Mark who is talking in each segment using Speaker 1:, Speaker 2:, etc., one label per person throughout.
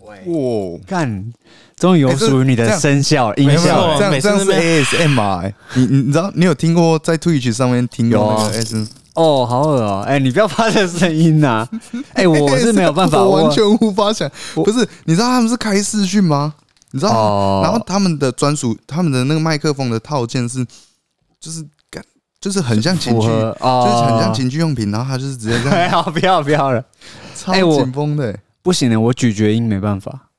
Speaker 1: 喂，
Speaker 2: 哇，
Speaker 3: 干，终于有
Speaker 2: 哎这
Speaker 3: 属于你的
Speaker 2: 这样
Speaker 3: 声效音
Speaker 2: 没
Speaker 3: 效
Speaker 2: 有
Speaker 3: 了。
Speaker 2: 这样
Speaker 4: 每次
Speaker 2: 这样是
Speaker 4: 那
Speaker 2: ASM 啊、欸你你你知道你有听过在 Twitch 上面听
Speaker 3: 有
Speaker 2: 过
Speaker 3: 啊
Speaker 2: 那个 ASM？
Speaker 3: 哦，好恶哦！哎，你不要发这声音 呐！哎，我是没有办法，
Speaker 2: 我
Speaker 3: 我
Speaker 2: 完全无法想。
Speaker 3: 我
Speaker 2: 不是，你知道他们是开视讯吗？你知道吗？
Speaker 3: 哦
Speaker 2: 然后他们的专属，他们的那个麦克风的套件是，就是干，就是很像情
Speaker 3: 符
Speaker 2: 趣，
Speaker 3: 合哦，
Speaker 2: 就是很像情趣用品。然后他就是直接这样，
Speaker 3: 哎好，不要不要了，
Speaker 2: 超
Speaker 3: 哎我
Speaker 2: 紧绷的欸、
Speaker 3: 不行了，我咀嚼音没办法。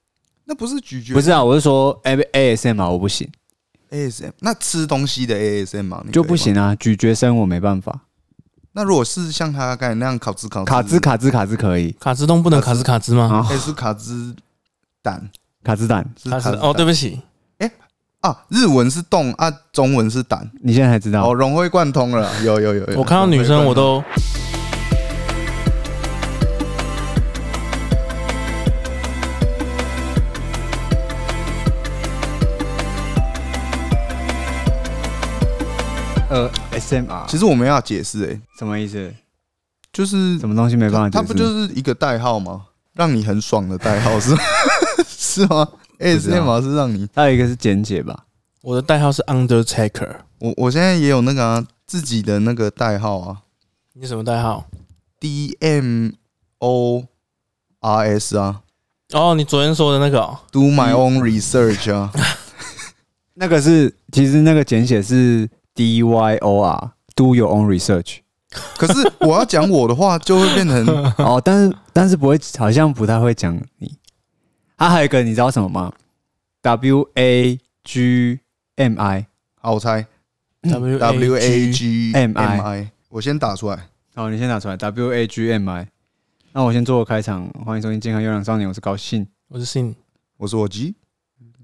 Speaker 2: 那不是咀嚼，
Speaker 3: 不是啊，我是说 A A S M 啊，我不行，
Speaker 2: ASM，那吃东西的 ASM 嘛，你
Speaker 3: 就
Speaker 2: 可以
Speaker 3: 不
Speaker 2: 吗。
Speaker 3: 行啊，咀嚼声我没办法。
Speaker 2: 那如果是像他刚才那样烤汁烤汁
Speaker 3: 卡兹卡兹卡兹可以
Speaker 4: 卡兹东不能卡兹卡兹吗？
Speaker 3: 啊，
Speaker 2: 哎、是卡兹蛋，
Speaker 3: 卡兹蛋，
Speaker 2: 是
Speaker 4: 卡
Speaker 2: 卡
Speaker 4: 兹
Speaker 2: 兹
Speaker 4: 哦，对
Speaker 2: 不
Speaker 4: 不起，
Speaker 2: 啊，日文是冻啊，中文是蛋。
Speaker 3: 你现在才知
Speaker 2: 哦，
Speaker 3: 道
Speaker 2: 融会贯通了，有有有有。
Speaker 4: 我看到女生我
Speaker 2: 融会贯通
Speaker 4: 都
Speaker 3: 呃 S M R
Speaker 2: 其实我们要解释哎、
Speaker 3: 什么意思？
Speaker 2: 就是
Speaker 3: 什么东西没办法解
Speaker 2: 它
Speaker 3: 释？
Speaker 2: 不就是一个代号吗？让你很爽的代号 是是吗
Speaker 3: 知道
Speaker 2: ？ASMR 是让你
Speaker 3: 还有一个是简解吧？
Speaker 4: 我的代号是 Undertaker，
Speaker 2: 我我现在也有那个、啊、自己的那个代号啊
Speaker 4: 你什么代号？
Speaker 2: ，D M O R S 啊
Speaker 4: 哦，你昨天说的那个哦，
Speaker 2: ，Do my own research 啊，
Speaker 3: 那个是其实那个简写是 D Y O R Do Your Own Research
Speaker 2: 可是我要讲我的话就会变成
Speaker 3: 哦，但是但是不会，好像不太会讲你。啊，还有一个你知道什么吗？W A G M I 嗯
Speaker 2: 好我 猜
Speaker 4: W
Speaker 2: 嗯 W A G
Speaker 3: M I
Speaker 2: I，我先打出来，
Speaker 3: 好，你先打出来 W A G M I。那我先做个开场，欢迎收听《健康优良少年》，我是高兴。
Speaker 4: 我是 Sin，
Speaker 2: 我是我 G，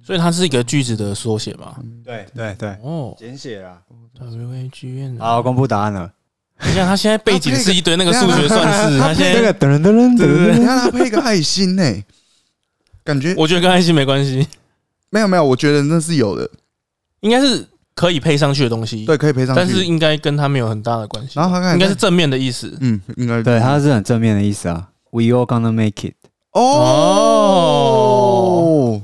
Speaker 4: 所以它是一个句子的缩写吧？
Speaker 3: 对对对，
Speaker 4: 哦
Speaker 3: 简写啦。
Speaker 4: ，W A G N，
Speaker 3: 好，公布答案了。
Speaker 4: 你看他现在背景是一堆那个数学算 式，他现
Speaker 3: 那
Speaker 4: 在
Speaker 3: 个噔噔噔噔
Speaker 4: 对对
Speaker 2: 你
Speaker 3: 噔，
Speaker 2: 看他配一个爱心呢、感觉
Speaker 4: 我觉得跟爱心没关系，
Speaker 2: 没有没有，我觉得那是有的，
Speaker 4: 应该是可以配上去的东西，
Speaker 2: 对，可以配上去。
Speaker 4: 但是应该跟他没有很大的关系，
Speaker 2: 然后他看
Speaker 4: 应该是正面的意思。
Speaker 2: 嗯，应该
Speaker 3: 对，它是很正面的意思啊。We all gonna make it.
Speaker 2: 哦
Speaker 4: 哦。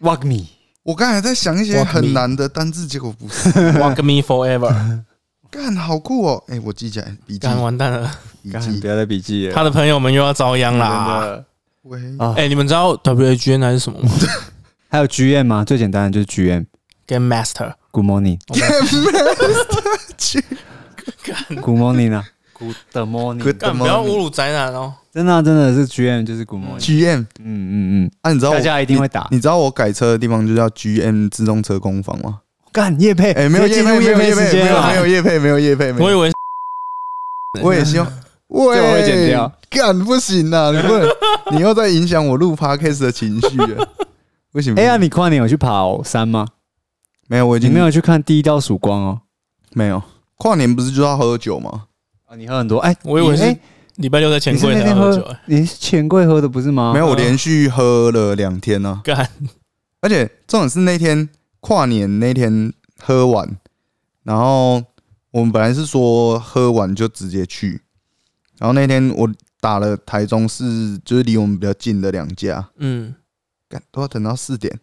Speaker 3: Walk me.
Speaker 2: 我刚才在想一些很难的单字，结果不是。
Speaker 4: Walk me forever，
Speaker 2: 干，好酷哦！哎，我记起来，笔记
Speaker 4: 干完蛋了，
Speaker 2: 笔
Speaker 3: 干不
Speaker 2: 记。
Speaker 3: 要再笔记
Speaker 2: 啊
Speaker 3: 了。
Speaker 4: 他的朋友们又要遭殃啦。
Speaker 3: 啦。
Speaker 2: 喂，
Speaker 3: 啊，
Speaker 4: 哎，你们知道 W A G N 还是什么吗
Speaker 3: 还有 GM 吗？最简单的就是 GM。
Speaker 4: ？Game Master，
Speaker 3: Good morning.
Speaker 4: 干
Speaker 3: Good morning 啊。Good morning.
Speaker 2: Good-
Speaker 4: 干不要侮辱宅男哦。
Speaker 3: 真的啊、真的是 GM 就是 Good morning。
Speaker 2: GM
Speaker 3: 嗯嗯嗯，
Speaker 2: 啊，你知道我
Speaker 3: 大家一定会打。
Speaker 2: 你知道我改车的地方就叫 GM 自动车工坊吗？
Speaker 3: 干叶配，
Speaker 2: 哎，没有
Speaker 3: 直接
Speaker 2: 业
Speaker 3: 进
Speaker 2: 配，
Speaker 3: 入
Speaker 2: 没有业
Speaker 3: 业时
Speaker 2: 配，没有
Speaker 3: 间啊了
Speaker 2: 没。有业配，没有业配，没
Speaker 4: 我以
Speaker 2: 有。
Speaker 4: 为
Speaker 2: 我也希望，我
Speaker 3: 我会剪掉。
Speaker 2: 干，不行啊！你 不能，你又在影响我录 podcast 的情绪了。为什么？
Speaker 3: 哎呀，你跨年有去跑山吗？
Speaker 2: 没有，我已
Speaker 3: 你
Speaker 2: 经
Speaker 3: 没有去看第一道曙光哦？
Speaker 2: 没有。跨年不是就要喝酒吗？
Speaker 3: 啊，你喝很多？哎，
Speaker 4: 我以为
Speaker 3: 你
Speaker 4: 是
Speaker 3: 哎，
Speaker 4: 礼拜六在
Speaker 3: 你
Speaker 4: 钱
Speaker 3: 是
Speaker 4: 柜
Speaker 3: 那
Speaker 4: 才
Speaker 3: 天
Speaker 4: 要喝酒，
Speaker 3: 喝
Speaker 4: 哎，
Speaker 3: 你是钱柜喝的不是吗？
Speaker 2: 没有，我
Speaker 4: 嗯
Speaker 2: 连续喝了两天呢、
Speaker 4: 干
Speaker 2: 而且重点是那天跨年那天喝完，然后我们本来是说喝完就直接去，然后那天我打了台中市，就是离我们比较近的两家，
Speaker 4: 嗯，
Speaker 2: 干都要等到四点，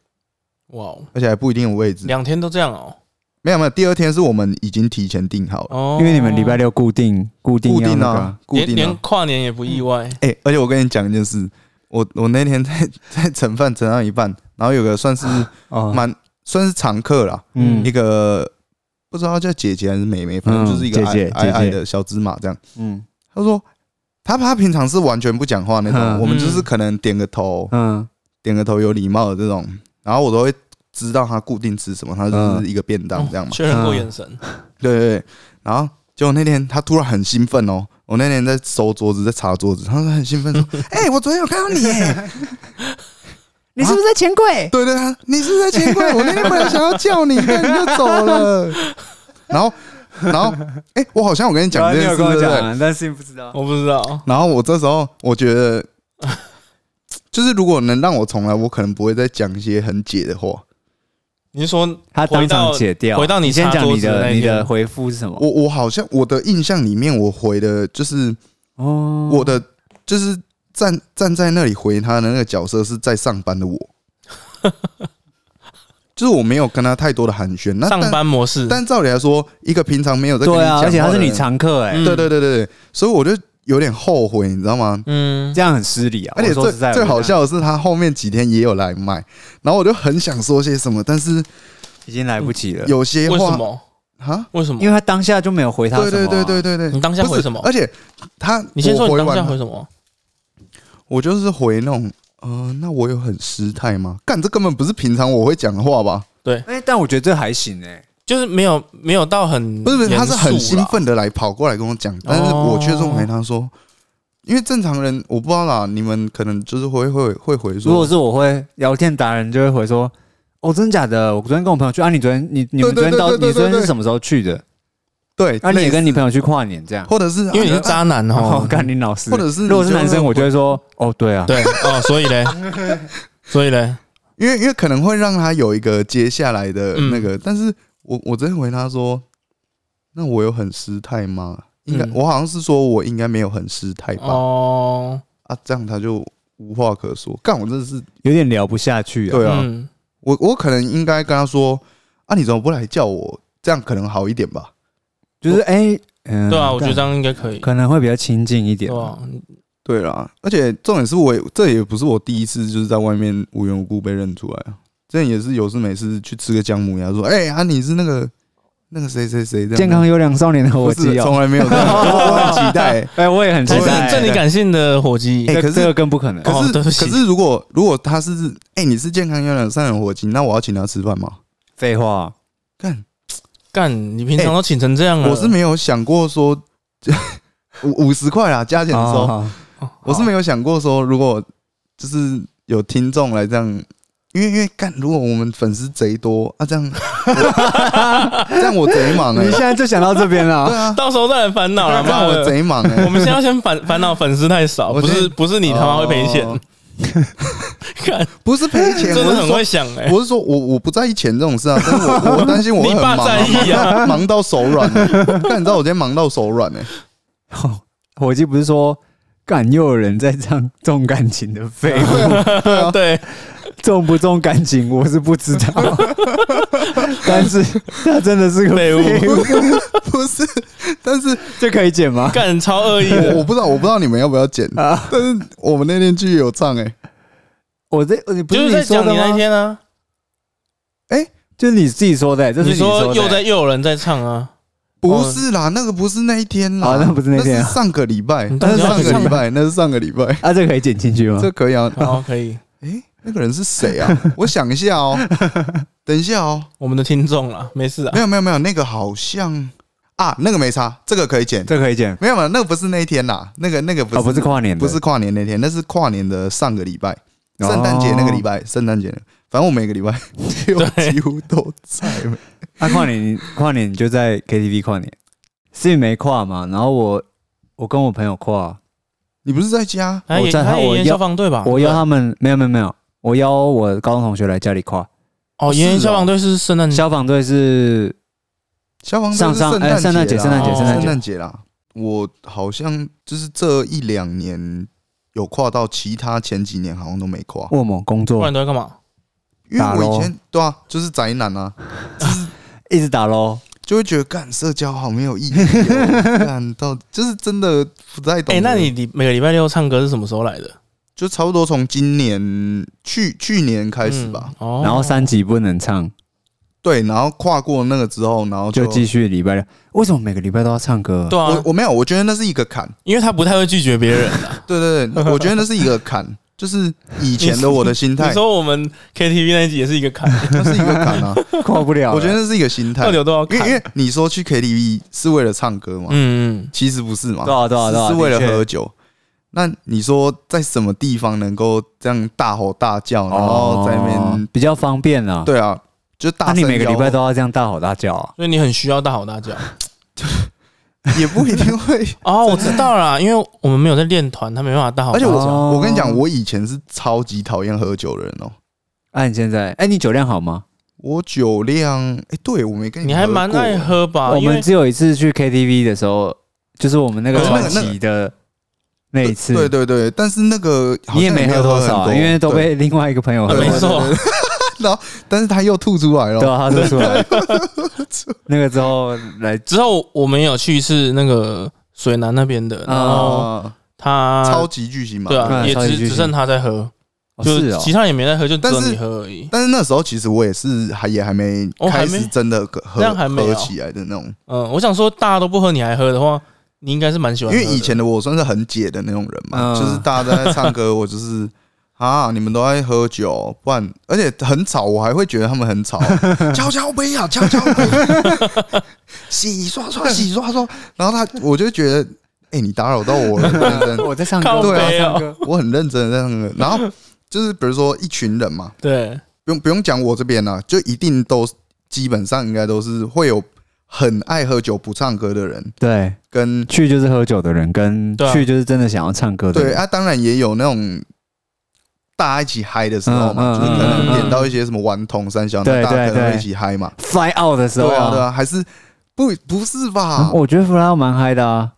Speaker 4: 哇哦，
Speaker 2: 而且还不一定有位置。
Speaker 4: 两天都这样哦。
Speaker 2: 没有没有，第二天是我们已经提前订好了，
Speaker 4: 哦，
Speaker 3: 因为你们礼拜六固定固定
Speaker 2: 固
Speaker 3: 要
Speaker 2: 定
Speaker 3: 那个
Speaker 2: 啊
Speaker 3: 啊，，
Speaker 2: 固
Speaker 4: 连
Speaker 2: 定
Speaker 4: 连
Speaker 2: 啊。
Speaker 4: 跨年也不意外，
Speaker 2: 哎、而且我跟你讲一件事，我我那天在 在盛饭盛到一半，然后有个算是
Speaker 3: 哦，
Speaker 2: 蛮算是常客啦，
Speaker 3: 嗯
Speaker 2: 一个不知道叫姐姐还是妹妹，反正
Speaker 3: 嗯
Speaker 2: 就是一个矮
Speaker 3: 姐姐
Speaker 2: 矮矮
Speaker 3: 姐姐
Speaker 2: 的小芝麻这样。
Speaker 3: 嗯
Speaker 2: 他说他他平常是完全不讲话那种，
Speaker 3: 嗯
Speaker 2: 我们就是可能点个头，
Speaker 3: 嗯
Speaker 2: 点个头有礼貌的这种，然后我都会知道他固定吃什么，他
Speaker 3: 嗯
Speaker 2: 就是一个便当这样嘛。
Speaker 4: 哦确认过眼神，
Speaker 2: 对对对，然后结果那天他突然很兴奋哦。我那天在收桌子，在擦桌子，他说很兴奋 说：“哎、我昨天有看到你耶！
Speaker 3: 你是不是在钱柜？
Speaker 2: 对对啊，你是不是在钱柜，我那天本来想要叫你，但你就走 了。然后，然后，哎、我好像我跟你讲这
Speaker 3: 你
Speaker 2: 件事，
Speaker 3: 有跟
Speaker 2: 对
Speaker 3: 我
Speaker 2: 不
Speaker 3: 讲
Speaker 2: 对？
Speaker 3: 啊，但是你不知道。
Speaker 4: 我不知道。
Speaker 2: 然后我这时候我觉得，就是如果能让我重来，我可能不会再讲一些很解的话。
Speaker 4: 你是说
Speaker 3: 他当场解掉，
Speaker 4: 回到你
Speaker 3: 先
Speaker 4: 擦
Speaker 3: 讲
Speaker 4: 桌
Speaker 3: 你
Speaker 4: 子的
Speaker 3: 的
Speaker 4: 那
Speaker 3: 你的
Speaker 4: 天
Speaker 3: 回复是什么？
Speaker 2: 我我好像我的印象里面，我回的就是
Speaker 3: 哦
Speaker 2: 我的就是站站在那里回他的那个角色是在上班的我，就是我没有跟他太多的寒暄。那
Speaker 4: 上
Speaker 2: 但
Speaker 4: 班模式，
Speaker 2: 但照理来说，一个平常没有在跟你
Speaker 3: 对
Speaker 2: 讲
Speaker 3: 啊，
Speaker 2: 话的
Speaker 3: 而且他是你
Speaker 2: 人
Speaker 3: 常客哎、
Speaker 4: 嗯
Speaker 2: 对对对对对，所以我就有点后悔，你知道吗？
Speaker 4: 嗯，
Speaker 3: 这样很失礼啊。
Speaker 2: 而且
Speaker 3: 我说
Speaker 2: 最
Speaker 3: 实在
Speaker 2: 最好
Speaker 3: 像
Speaker 2: 笑的是，他后面几天也有来卖，然后我就很想说些什么，但是
Speaker 3: 已经来不及了，
Speaker 2: 有些
Speaker 4: 为
Speaker 2: 话
Speaker 4: 什么？
Speaker 2: 啊，
Speaker 4: 为什么
Speaker 3: 因？为他当下就没有回他什么、啊
Speaker 2: 对对对对，对对，
Speaker 4: 你当下
Speaker 2: 不
Speaker 4: 回
Speaker 2: 是
Speaker 4: 什么
Speaker 2: 而且他
Speaker 4: 你先说
Speaker 2: 我
Speaker 4: 你
Speaker 2: 回
Speaker 4: 当
Speaker 2: 完
Speaker 4: 下
Speaker 2: 他
Speaker 4: 回什么？
Speaker 2: 我就是回那种，呃，那我有很失态吗？干，这根本不是平常我会讲的话吧？
Speaker 3: 哎、但我觉得这还行哎、
Speaker 2: 嗯
Speaker 4: 就是没有没有到很
Speaker 2: 不是不是，
Speaker 4: 严
Speaker 2: 他是很
Speaker 4: 肃
Speaker 2: 兴
Speaker 4: 啦，哦
Speaker 2: 奋的来跑过来跟我讲，但是我却这么回他说，因为正常人我不知道啦，你们可能就是会会会回
Speaker 3: 如果
Speaker 2: 说，
Speaker 3: 是我会聊天达人，就会回说：“哦，真的假的？我昨天跟我朋友去啊，你昨天你你们昨
Speaker 2: 对对
Speaker 3: 天到
Speaker 2: 对对
Speaker 3: 你昨天
Speaker 2: 对
Speaker 3: 是什么时候去的？
Speaker 2: 对，
Speaker 3: 啊，你也跟
Speaker 2: 类
Speaker 3: 你
Speaker 2: 似
Speaker 3: 朋友去跨年 这样。
Speaker 2: 或者是
Speaker 4: 因为你是
Speaker 2: 啊
Speaker 4: 渣男”
Speaker 3: 然后
Speaker 4: 哦，
Speaker 3: 干林老师，
Speaker 2: 或者是你
Speaker 3: 如果是男
Speaker 2: 就
Speaker 3: 生，
Speaker 2: 会
Speaker 3: 我就会说：“哦，对啊，
Speaker 4: 对哦，所以 嘞，所以嘞，
Speaker 2: 因为因为可能会让他有一个接下来的
Speaker 4: 嗯
Speaker 2: 那个，但是我我真的回他说，那我有很失态吗？应该、
Speaker 4: 嗯
Speaker 2: 我好像是说我应该没有很失态吧？
Speaker 4: 哦，
Speaker 2: 啊，这样他就无话可说。干，我真的是
Speaker 3: 有点聊不下去啊。
Speaker 2: 对啊，
Speaker 4: 嗯，
Speaker 2: 我我可能应该跟他说，啊，你怎么不来叫我？这样可能好一点吧？”
Speaker 3: 就是哎，嗯，
Speaker 4: 对啊，我觉得这
Speaker 3: 干
Speaker 4: 样应该可以，
Speaker 3: 可能会比较亲近一点
Speaker 4: 对。啊吧？
Speaker 2: 对啦，而且重点是我也这也不是我第一次就是在外面无缘无故被认出来啊，之前也是有事没事去吃个姜母鸭，说哎、啊你是那个那个谁谁谁这样
Speaker 3: 健康优良少年的
Speaker 2: 不
Speaker 3: 我
Speaker 2: 是
Speaker 3: 记哦，
Speaker 2: 从来没有这样，我很期待。
Speaker 3: 哎，我也很期
Speaker 4: 才
Speaker 3: 待。
Speaker 4: 是正理感性的火鸡
Speaker 2: 哎，
Speaker 3: 这
Speaker 2: 可是
Speaker 3: 这个更不可能。
Speaker 2: 可
Speaker 4: 哦
Speaker 2: 是，
Speaker 4: 对
Speaker 2: 可
Speaker 4: 不起
Speaker 2: 是，如果如果他是哎、你是健康优良三人火鸡，那我要请他吃饭吗？
Speaker 3: 废话，
Speaker 2: 干，
Speaker 4: 干，你平常都请成这样了，
Speaker 2: 我是没有想过说 五五十块啊，加钱的时候，
Speaker 3: 哦
Speaker 2: 我是没有想过说，如果就是有听众来这样，因为因为干，如果我们粉丝贼多啊，这 样我这样我贼忙哎、
Speaker 3: 你现在就想到这边
Speaker 2: 对
Speaker 3: 了。
Speaker 2: 啊，
Speaker 4: 到时候再来烦恼了，
Speaker 2: 这样
Speaker 4: 妈
Speaker 2: 我
Speaker 4: 的。
Speaker 2: 贼忙哎、
Speaker 4: 我欸们现在要先烦烦恼粉丝太少，
Speaker 2: 我
Speaker 4: 不
Speaker 2: 先
Speaker 4: 是不是你他妈会赔 钱，
Speaker 2: 哦，
Speaker 4: 看
Speaker 2: 不是赔钱，
Speaker 4: 真
Speaker 2: 我
Speaker 4: 的
Speaker 2: 是
Speaker 4: 很
Speaker 2: 说
Speaker 4: 会想哎，
Speaker 2: 我是说我我不在意钱这种事啊，但是我我担心我会
Speaker 4: 你
Speaker 2: 很
Speaker 4: 爸
Speaker 2: 忙、啊，
Speaker 4: 在意啊
Speaker 2: 忙到手软、欸。但你知道我今天忙到手软哎、
Speaker 3: 伙计不是说，干又有人在唱重感情的废物。 啊
Speaker 4: 对，
Speaker 3: 重不重感情，我是不知 道，但是他真的是个
Speaker 4: 废物
Speaker 3: 废物，
Speaker 2: 不是，但是
Speaker 3: 这可以剪吗？
Speaker 4: 干超恶意
Speaker 2: 我
Speaker 4: 的，
Speaker 2: 我不知道我不知道你们要不要剪，
Speaker 3: 啊，
Speaker 2: 但是我们那天剧有唱哎、
Speaker 3: 我这你不
Speaker 4: 就是是在
Speaker 3: 说
Speaker 4: 讲
Speaker 3: 的
Speaker 4: 你那
Speaker 3: 吗？
Speaker 4: 天啊，
Speaker 3: 就是你自己说的，这是
Speaker 4: 你说
Speaker 3: 说
Speaker 4: 又
Speaker 3: 的
Speaker 4: 在又有人在唱啊，
Speaker 2: 不是啦，那个不是那一天啦，
Speaker 3: 啊那不是那天啊
Speaker 2: 是上个礼拜，
Speaker 4: 嗯你到
Speaker 2: 那
Speaker 4: 底
Speaker 2: 是
Speaker 4: 要嗯
Speaker 2: 上个
Speaker 4: 唱
Speaker 2: 礼
Speaker 4: 哪
Speaker 2: 拜，那是上个礼拜，
Speaker 3: 啊，这可以剪进去吗？
Speaker 2: 这可以啊。
Speaker 4: 好可以，
Speaker 2: 诶，那个人是谁 啊？我想一下哦，等一下哦，
Speaker 4: 我们的听众啦，没事啊
Speaker 2: 没，有没有没有，那个好像啊，那个没差，这个可以剪。
Speaker 3: 这可以剪
Speaker 2: 没有没有，那个不是那一天啦，那个那个不
Speaker 3: 啊，
Speaker 2: 是
Speaker 3: 不是跨年的，
Speaker 2: 不是跨年那天，那是跨年的上个礼拜，
Speaker 3: 哦
Speaker 2: 圣诞节那个礼拜，圣诞节那个，反正我每个礼 拜
Speaker 4: 对
Speaker 2: 几乎都在。
Speaker 3: 啊，跨年跨年你就在 KTV 跨年，是没跨嘛？然后我我跟我朋友跨，
Speaker 2: 你不是在家？
Speaker 4: 他
Speaker 3: 我
Speaker 4: 也
Speaker 3: 在
Speaker 4: 他
Speaker 3: 他我
Speaker 4: 也演
Speaker 3: 要
Speaker 4: 消防队
Speaker 2: 啊
Speaker 4: 吧，
Speaker 3: 我邀他们没有没有没有，我邀我高中同学来家里跨，
Speaker 4: 哦，演消防队是圣
Speaker 2: 嗯
Speaker 4: 诞
Speaker 3: 消防队是
Speaker 2: 消防队
Speaker 3: 上
Speaker 2: 是
Speaker 3: 上哎
Speaker 2: 圣
Speaker 3: 圣诞节
Speaker 2: 啦
Speaker 3: 圣诞
Speaker 4: 节
Speaker 2: 哦
Speaker 4: 圣
Speaker 3: 节
Speaker 4: 诞
Speaker 2: 圣诞节啦。我好像就是这一两年有跨到，其他前几年好像都没跨，
Speaker 3: 卧某工
Speaker 4: 不
Speaker 3: 作
Speaker 4: 然，都在干嘛？
Speaker 2: 因为我以前对啊，就是宅男啊，
Speaker 3: 一直打喽。
Speaker 2: 就会觉得干社交好没有意义哦，干到就是真的不太懂。
Speaker 4: 哎，那你礼每个礼拜六唱歌是什么时候来的？
Speaker 2: 就差不多从今年去去年开始吧，
Speaker 4: 嗯，哦
Speaker 3: 然后三级不能唱，
Speaker 2: 哦对，然后跨过那个之后，然后
Speaker 3: 就
Speaker 2: 就
Speaker 3: 继续礼拜六。为什么每个礼拜都要唱歌？
Speaker 4: 对
Speaker 2: 我
Speaker 4: 啊，
Speaker 2: 我没有，我觉得那是一个坎，
Speaker 4: 因为他不太会拒绝别 人。
Speaker 2: 对对对，我觉得那是一个坎，就是以前的我的心
Speaker 4: 你
Speaker 2: 态，
Speaker 4: 说我们 KTV 那一集也是一 个坎，
Speaker 2: 那是一个坎啊，
Speaker 3: 跨不了了。
Speaker 2: 我觉得那是一个心态
Speaker 4: 到底，有多少
Speaker 2: 因为
Speaker 4: 坎
Speaker 2: 因？为你说去 KTV 是为了唱歌嘛，
Speaker 4: 嗯嗯，
Speaker 2: 其实不是嘛，
Speaker 3: 对啊对啊
Speaker 2: 是
Speaker 3: 对啊
Speaker 2: 是为了
Speaker 3: 的确
Speaker 2: 喝酒。那你说在什么地方能够这样大吼大叫，然后在那边
Speaker 3: 哦比较方便啊。，
Speaker 2: 对啊，就
Speaker 3: 那、
Speaker 2: 大
Speaker 3: 你
Speaker 2: 声
Speaker 3: 每个礼
Speaker 2: 吆
Speaker 3: 拜
Speaker 2: 喝
Speaker 3: 都要这样大吼大叫啊？
Speaker 4: 所以你很需要大吼大叫。
Speaker 2: 也不一定会
Speaker 4: 哦，我知道啦，因为我们没有在练团，他没办法大吼
Speaker 2: 而
Speaker 4: 大
Speaker 2: 且
Speaker 4: 叫。
Speaker 2: 我
Speaker 3: 哦
Speaker 2: 我跟你讲，我以前是超级讨厌喝酒的人哦、
Speaker 3: 哎、你现在，哎、你酒量好吗？
Speaker 2: 我酒量，哎、对我没跟
Speaker 4: 你
Speaker 2: 合
Speaker 4: 还蛮
Speaker 2: 过
Speaker 4: 爱，
Speaker 2: 啊
Speaker 4: 喝吧？
Speaker 3: 我
Speaker 4: 因为
Speaker 3: 们只有一次去 KTV 的时候，就是我们那个
Speaker 4: 可是那
Speaker 3: 传
Speaker 4: 个
Speaker 3: 奇的那一次，
Speaker 2: 对对对，但是那个好像
Speaker 3: 你也没
Speaker 2: 没
Speaker 3: 喝
Speaker 2: 有
Speaker 3: 多
Speaker 2: 很
Speaker 3: 少啊，
Speaker 2: 多，
Speaker 3: 因为都
Speaker 2: 对
Speaker 3: 被另外一个朋友喝
Speaker 4: 没
Speaker 2: 对
Speaker 3: 了。
Speaker 4: 错，
Speaker 2: 然后但是他又吐出来
Speaker 3: 对
Speaker 2: 了，
Speaker 3: 啊，他说出来。 那个之后来，
Speaker 4: 之后我们有去是那个水南那边的，然后
Speaker 2: 啊，
Speaker 4: 他
Speaker 2: 超级巨星嘛，
Speaker 4: 对啊，
Speaker 3: 对
Speaker 4: 也
Speaker 3: 超级
Speaker 4: 只
Speaker 3: 巨星
Speaker 4: 只剩他在喝，
Speaker 3: 哦
Speaker 4: 就是是
Speaker 3: 哦
Speaker 4: 其，他人也没在喝，就只有
Speaker 2: 但是
Speaker 4: 你喝而已。
Speaker 2: 但是那时候其实我也是还也还没
Speaker 4: 哦还
Speaker 2: 开
Speaker 4: 没
Speaker 2: 始真的合
Speaker 4: 这样还没
Speaker 2: 合
Speaker 4: 哦
Speaker 2: 起来的那种，
Speaker 4: 嗯，我想说大家都不喝，你还喝的话，你应该是蛮喜
Speaker 2: 因
Speaker 4: 欢喝的。
Speaker 2: 为以前的我算是很解的那种人嘛，
Speaker 3: 嗯
Speaker 2: 就是大家都在唱歌，我就是 啊，你们都在喝酒，不然而且很吵，我还会觉得他们很 吵，悄悄杯啊，悄悄杯， 洗刷刷，洗刷刷，然后他我就觉得，哎、你打扰到我了，认真的，
Speaker 3: 我在唱
Speaker 4: 靠
Speaker 2: 啊
Speaker 3: 歌，
Speaker 4: 背
Speaker 3: 我在
Speaker 4: 哦
Speaker 3: 唱歌，
Speaker 2: 我很认真的在唱歌，然后就是比如说一群人嘛，
Speaker 4: 对，
Speaker 2: 不用不用讲我这边啊，就一定都基本上应该都是会有很爱喝酒不唱歌的人，
Speaker 3: 对，
Speaker 2: 跟
Speaker 3: 去就是喝酒的人，跟
Speaker 4: 对啊
Speaker 3: 去就是真的想要唱歌的
Speaker 2: 对
Speaker 3: 人。
Speaker 2: 啊，当然也有那种大家一起嗨的时候嘛，
Speaker 3: 嗯嗯
Speaker 2: 就是可
Speaker 4: 嗯嗯
Speaker 2: 能
Speaker 4: 嗯
Speaker 2: 点到一些什么顽童三小，
Speaker 3: 对
Speaker 2: 那大家可
Speaker 3: 对
Speaker 2: 能会
Speaker 3: 对
Speaker 2: 一起嗨嘛。
Speaker 3: Fly out 的时候
Speaker 2: 对啊，对，啊，还是不不是吧
Speaker 3: 嗯？我觉得 Fly out 蛮嗨的啊。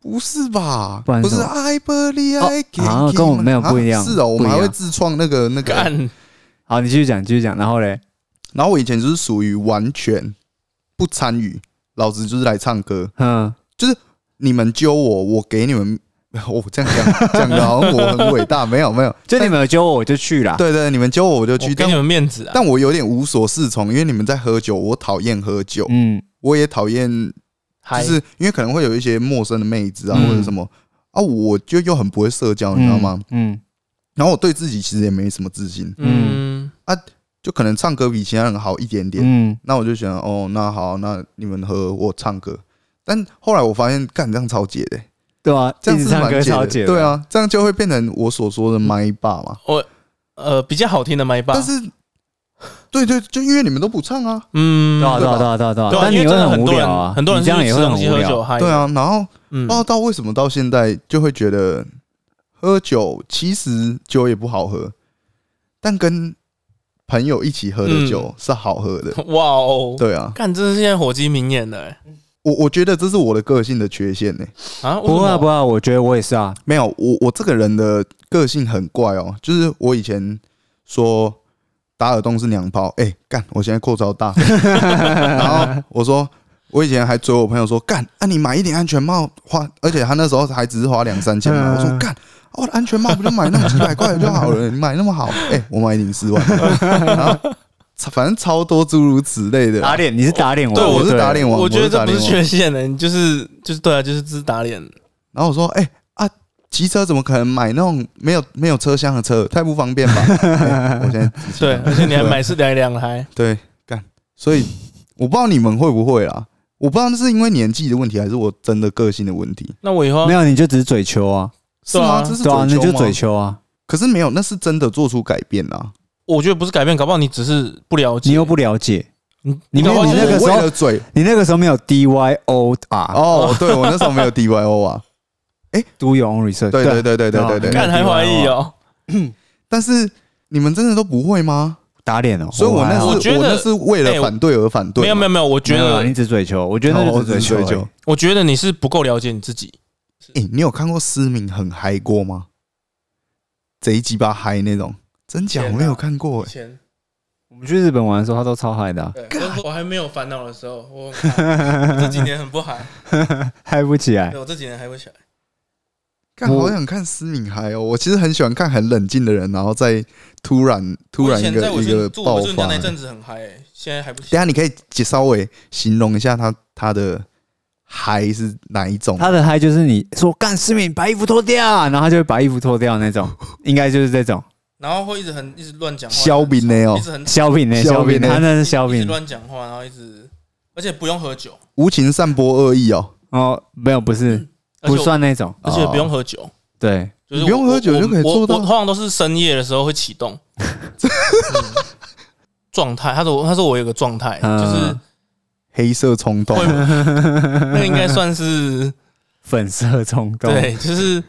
Speaker 2: 不是吧？
Speaker 3: 不然
Speaker 2: 不
Speaker 3: 是
Speaker 2: 是
Speaker 3: 什么
Speaker 2: I believe
Speaker 3: 哦
Speaker 2: I can，
Speaker 3: 啊跟我们没有
Speaker 2: 啊
Speaker 3: 不一样
Speaker 2: 是哦，我们还
Speaker 3: 不一
Speaker 2: 会
Speaker 3: 样
Speaker 2: 自创那个那个。
Speaker 4: 干
Speaker 3: 好，你继续讲，继续讲。然后嘞，
Speaker 2: 然后我以前就是属于完全不参与，老子就是来唱歌。
Speaker 3: 嗯，
Speaker 2: 你们揪我，我给你们。 我、这样讲讲的好像我很伟大，没有没有，
Speaker 3: 就你们有揪我，我就去啦。
Speaker 2: 对对，你们揪我我就
Speaker 4: 我
Speaker 2: 去，
Speaker 4: 给
Speaker 2: 但
Speaker 4: 你们面子啊！
Speaker 2: 但我有点无所适从，因为你们在喝酒，我讨厌喝酒，
Speaker 3: 嗯，
Speaker 2: 我也讨厌，就
Speaker 4: 嗨，
Speaker 2: 是因为可能会有一些陌生的妹子啊
Speaker 3: 嗯
Speaker 2: 或者什么啊，我就又很不会社交，哦
Speaker 3: 嗯，
Speaker 2: 你知道吗？
Speaker 3: 嗯
Speaker 2: 然后我对自己其实也没什么自信，
Speaker 4: 嗯，
Speaker 2: 就可能唱歌比其他人好一点点，
Speaker 3: 嗯，
Speaker 2: 那我就想哦，那好，那你们和我唱歌。但后来我发现，干这样超解的、
Speaker 3: 对啊，
Speaker 2: 这样
Speaker 3: 一
Speaker 2: 是
Speaker 3: 直唱歌
Speaker 2: 蛮解
Speaker 3: 超
Speaker 2: 的，
Speaker 3: 解。
Speaker 2: 对，啊，这样就会变成我所说的麦霸嘛。
Speaker 4: 呃，比较好听的麦霸
Speaker 2: 但，是，对对，就因为你们都不唱啊，
Speaker 4: 嗯
Speaker 3: 对啊，
Speaker 2: 对
Speaker 3: 对
Speaker 2: 吧
Speaker 3: 啊，对啊，对啊，对啊
Speaker 4: 对啊
Speaker 3: 但
Speaker 4: 因
Speaker 3: 你
Speaker 4: 为
Speaker 3: 会
Speaker 4: 真的
Speaker 3: 很无
Speaker 4: 多
Speaker 3: 聊
Speaker 4: 人
Speaker 3: 啊，
Speaker 4: 很多人
Speaker 3: 你这样
Speaker 4: 是
Speaker 3: 也
Speaker 4: 吃
Speaker 3: 会很
Speaker 4: 东西
Speaker 3: 无
Speaker 4: 喝酒
Speaker 3: 聊。哦
Speaker 4: 嗨，
Speaker 2: 对，啊，然后
Speaker 4: 嗯
Speaker 2: 不知，道到为什么到现在就会觉得喝酒其实酒也不好喝，但跟朋友一起喝
Speaker 3: 嗯
Speaker 2: 的酒是好喝的。
Speaker 4: 哇哦，
Speaker 2: 对啊，
Speaker 4: 干，真的是现在火鸡明眼的欸
Speaker 2: 我我觉得这是我的个性的缺陷呢、
Speaker 4: 啊！为
Speaker 3: 不会
Speaker 4: 什
Speaker 3: 啊，
Speaker 4: 么
Speaker 3: 不会啊，我觉得我也是啊。
Speaker 2: 没有，我我这个人的个性很怪哦，就是我以前说打耳洞是娘炮，哎、干，我现在扩招大， 然后我说。我以前还追我朋友说干啊，你买一顶安全帽花，而且他那时候还只是花两三千嘛。
Speaker 3: 嗯
Speaker 2: 我说干，啊我的安全帽不就买那种几百块的就好了，你买那么好，哎、我买一顶四万，然后反正超多诸如此类的
Speaker 3: 打
Speaker 2: 啊。
Speaker 3: 脸，你是打脸王，
Speaker 4: 对
Speaker 2: 我是打脸王，
Speaker 4: 我觉得
Speaker 2: 是打
Speaker 4: 这不
Speaker 2: 脸
Speaker 4: 是
Speaker 2: 王
Speaker 4: 缺陷的，你就是就是对啊，就是只是打 脸。
Speaker 2: 然后我说：“哎、啊，骑车怎么可能买那种没有没有车厢的车？太不方便吧？” 哎我现在仔细
Speaker 4: 对，
Speaker 3: 啊
Speaker 2: 想
Speaker 4: 而且你还买是两两台，
Speaker 2: 对干，所以我不知道你们会不会啦。我不知道是因为年纪的问题，还是我真的个性的问题，
Speaker 4: 那我以后
Speaker 3: 没有，你就只是嘴求啊，
Speaker 2: 是
Speaker 4: 对
Speaker 2: 吗？
Speaker 4: 啊
Speaker 2: 啊这是
Speaker 3: 对
Speaker 2: 追
Speaker 3: 啊，你
Speaker 2: 求
Speaker 3: 就
Speaker 2: 吗？
Speaker 3: 嘴求啊，
Speaker 2: 可是没有，那是真的做出改变啊啦。
Speaker 4: 我觉得不是改变，搞不好你只是不了解，
Speaker 3: 你又不了解，
Speaker 4: 你
Speaker 3: 你
Speaker 4: 搞不好
Speaker 3: 你那个
Speaker 4: 是
Speaker 3: 时候
Speaker 2: 我为了嘴
Speaker 3: 你那个时候没有 D Y O R
Speaker 2: 哦，对我那时候没有 DYO 啊，
Speaker 3: do your own research，
Speaker 2: 对对对对
Speaker 3: 对啊
Speaker 2: 对对
Speaker 3: 干
Speaker 2: 对。
Speaker 4: 看还怀疑哦。
Speaker 2: 但是你们真的都不会吗？
Speaker 3: 打脸哦，
Speaker 2: 所以我那
Speaker 3: 还
Speaker 2: 是
Speaker 3: 好
Speaker 4: 我觉得
Speaker 2: 那是为
Speaker 4: 哎
Speaker 2: 了
Speaker 4: 我
Speaker 2: 反对而反对嘛。
Speaker 4: 没有没有没有，我觉
Speaker 3: 没有啊你
Speaker 4: 得
Speaker 3: 只嘴求，我觉得
Speaker 2: 哦
Speaker 3: 那
Speaker 2: 我
Speaker 3: 就
Speaker 2: 只是
Speaker 3: 求
Speaker 2: 追
Speaker 3: 而已，
Speaker 2: 求。
Speaker 4: 我觉得你是不够了解你自己。
Speaker 2: 哎、你有看过思明很嗨过吗？贼鸡巴嗨那种，真假
Speaker 4: 天
Speaker 2: 我
Speaker 4: 哪
Speaker 2: 没有看过、欸。
Speaker 4: 前
Speaker 3: 我们去日本玩的时候，他都超嗨的啊，
Speaker 4: 对，就是我还没有烦恼的时候，我 这几年很不嗨，
Speaker 2: 哎
Speaker 3: 嗨不起来
Speaker 4: 对。我这几年嗨不起来。
Speaker 2: 看，
Speaker 3: 我
Speaker 2: 好想看思明嗨哦！我其实很喜欢看很冷静的人，然后再突然突然
Speaker 4: 我以
Speaker 2: 一
Speaker 4: 前在
Speaker 2: 个
Speaker 4: 我
Speaker 2: 一个
Speaker 4: 去住我
Speaker 2: 爆
Speaker 4: 舅家
Speaker 2: 发、
Speaker 4: 那
Speaker 2: 等
Speaker 4: 阵子很嗨，欸现在还不
Speaker 2: 一
Speaker 4: 行。
Speaker 2: 下你可以介稍微形容一下他他的嗨是哪一种？
Speaker 3: 他的嗨就是你说干思敏把衣服脱掉，啊然后他就会把衣服脱掉那种，应该就是这种
Speaker 4: 然后会一直很一直乱讲话，
Speaker 2: 肖斌那哦
Speaker 4: 一直很
Speaker 3: 小品呢，
Speaker 2: 小
Speaker 3: 小
Speaker 2: 品
Speaker 3: 品，
Speaker 2: 呢
Speaker 3: 他那是小
Speaker 4: 一直
Speaker 3: 品
Speaker 4: 乱讲话，然后一直，而且不用喝酒，
Speaker 2: 无情散播恶意哦，
Speaker 3: 哦，没有不是
Speaker 4: 嗯而且
Speaker 3: 不
Speaker 4: 我，
Speaker 3: 算那种，
Speaker 4: 而且不用喝酒，
Speaker 3: 对，
Speaker 4: 就是
Speaker 2: 你不用
Speaker 4: 我
Speaker 2: 喝酒
Speaker 4: 我
Speaker 2: 就可以
Speaker 4: 我
Speaker 2: 做到
Speaker 4: 我我通常都是深夜的时候会启动。嗯状态，他说他说我有个状态，
Speaker 3: 嗯
Speaker 2: 啊
Speaker 4: 就是
Speaker 2: 黑色冲动哦
Speaker 4: 会，那应该算是
Speaker 3: 粉色冲动，
Speaker 4: 对，就是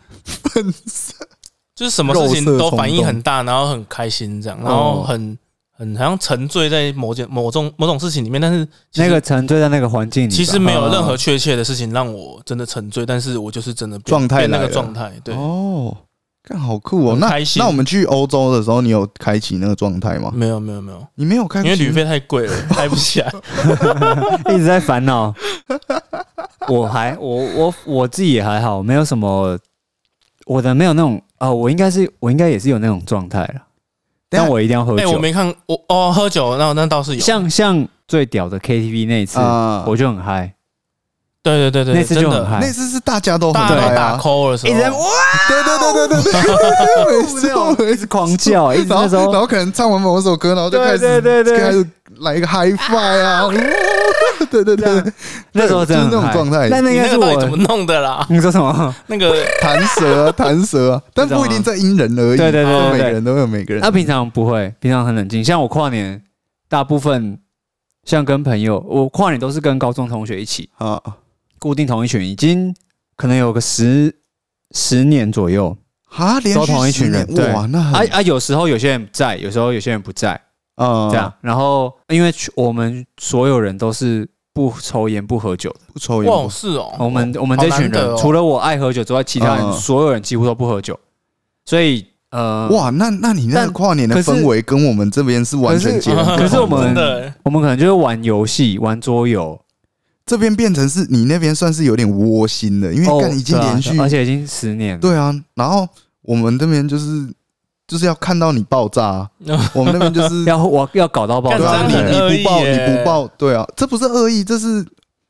Speaker 4: 就是什么事情
Speaker 2: 肉色冲
Speaker 4: 都
Speaker 2: 动
Speaker 3: 哦
Speaker 4: 反应很大，然后很开心这样，然后很很好像沉醉在某件某种某种事情里面，但是其
Speaker 3: 那
Speaker 4: 实
Speaker 3: 个沉醉在那个环境里吧，
Speaker 4: 其实没有任何确切的事情让我真的沉醉，但是我就是真的变
Speaker 2: 状态
Speaker 4: 变那
Speaker 2: 来
Speaker 4: 个
Speaker 2: 了
Speaker 4: 状态，对，
Speaker 2: 哦，看好酷哦。
Speaker 4: 很
Speaker 2: 那
Speaker 4: 开心
Speaker 2: 那我们去欧洲的时候，你有开启那个状态吗？
Speaker 4: 没有没有没有，
Speaker 2: 你没有开
Speaker 4: 因
Speaker 2: 启，
Speaker 4: 为旅费太 贵了，开不起来。
Speaker 3: 哦一直在烦恼。 我还我我我自己也还好，没有什么我的没有那种啊、我应该是我应该也是有那种状态了，
Speaker 2: 等一
Speaker 3: 但
Speaker 2: 下
Speaker 3: 我一定要喝
Speaker 4: 哎，
Speaker 3: 酒。
Speaker 4: 我没看我哦，喝酒那那倒是有，
Speaker 3: 像像最屌的 KTV 那一次，
Speaker 2: 啊
Speaker 3: 我就很嗨，
Speaker 4: 对对对
Speaker 3: 那
Speaker 4: 对，
Speaker 3: 次
Speaker 4: 真
Speaker 3: 就很
Speaker 4: 的，
Speaker 3: 嗨，
Speaker 2: 那次是大家都很
Speaker 4: 大家
Speaker 2: 嗨
Speaker 4: 都打
Speaker 2: 啊，
Speaker 4: call 的时
Speaker 3: 一直在
Speaker 4: 候，
Speaker 3: 哇，
Speaker 2: 对对对对对 对，没 错没
Speaker 3: 一
Speaker 2: 错
Speaker 3: 直狂叫，一直
Speaker 2: 然
Speaker 3: 那时
Speaker 2: 后然
Speaker 3: 候
Speaker 2: 后可能唱完某首歌，然后就
Speaker 3: 对
Speaker 2: 开始
Speaker 3: 对对对
Speaker 2: 开始来一个 high five 啊， 对对对对，
Speaker 3: 那时候真的
Speaker 2: 就是那种
Speaker 3: 很嗨
Speaker 2: 状态
Speaker 3: 但那
Speaker 4: 你
Speaker 3: 应该
Speaker 4: 那
Speaker 3: 是
Speaker 4: 个到底怎
Speaker 3: 我
Speaker 4: 么弄的 啦？
Speaker 3: 你说什么？
Speaker 4: 那个
Speaker 2: 弹 舌啊弹舌啊，但不一定在因人而异，
Speaker 3: 对对对对
Speaker 2: 就每
Speaker 3: 对
Speaker 2: 个人都有每个人
Speaker 3: 那、。平常不会，平常很冷静。像我跨年，大部分像跟朋友，我跨年都是跟高中同学一起，
Speaker 2: 啊，
Speaker 3: 固定同一群，已经可能有个十十年左右。
Speaker 2: 哈，连续
Speaker 3: 都同一群人
Speaker 2: 十年哇，那
Speaker 3: 啊
Speaker 2: 很
Speaker 3: 啊，有时候有些人在，有时候有些人不在，
Speaker 2: 啊
Speaker 3: 这样。然后因为去我们所有人都是不抽烟不喝酒的，
Speaker 2: 不抽烟
Speaker 4: 哇
Speaker 2: 不，
Speaker 4: 是哦，
Speaker 3: 我 们我们
Speaker 4: 好
Speaker 3: 这
Speaker 4: 难
Speaker 3: 群
Speaker 4: 得
Speaker 3: 人
Speaker 4: 哦
Speaker 3: 除了我爱喝酒之外，其他人
Speaker 2: 嗯
Speaker 3: 所有人几乎都不喝酒，所以呃，
Speaker 2: 哇，那那你那
Speaker 3: 但
Speaker 2: 个跨年的
Speaker 3: 可是
Speaker 2: 氛围跟我们这边是完全
Speaker 3: 可是
Speaker 2: 截然不同的。
Speaker 3: 可是我们
Speaker 4: 真的
Speaker 3: 我们可能就是玩游戏、玩桌游，
Speaker 2: 这边变成是你那边算是有点窝心的，因为
Speaker 3: 哦
Speaker 2: 干已经
Speaker 3: 对啊
Speaker 2: 连续
Speaker 3: 而且已经十年了。
Speaker 2: 对啊，然后我们这边就是就是要看到你爆炸 啊，我们那边就是
Speaker 3: 要我要搞到爆
Speaker 4: 干
Speaker 2: 对
Speaker 3: 炸
Speaker 2: 啊，
Speaker 4: 这
Speaker 2: 你
Speaker 4: 样很恶
Speaker 2: 你
Speaker 4: 意
Speaker 2: 不爆你
Speaker 4: 耶
Speaker 2: 不爆，对啊，这不是恶意，这是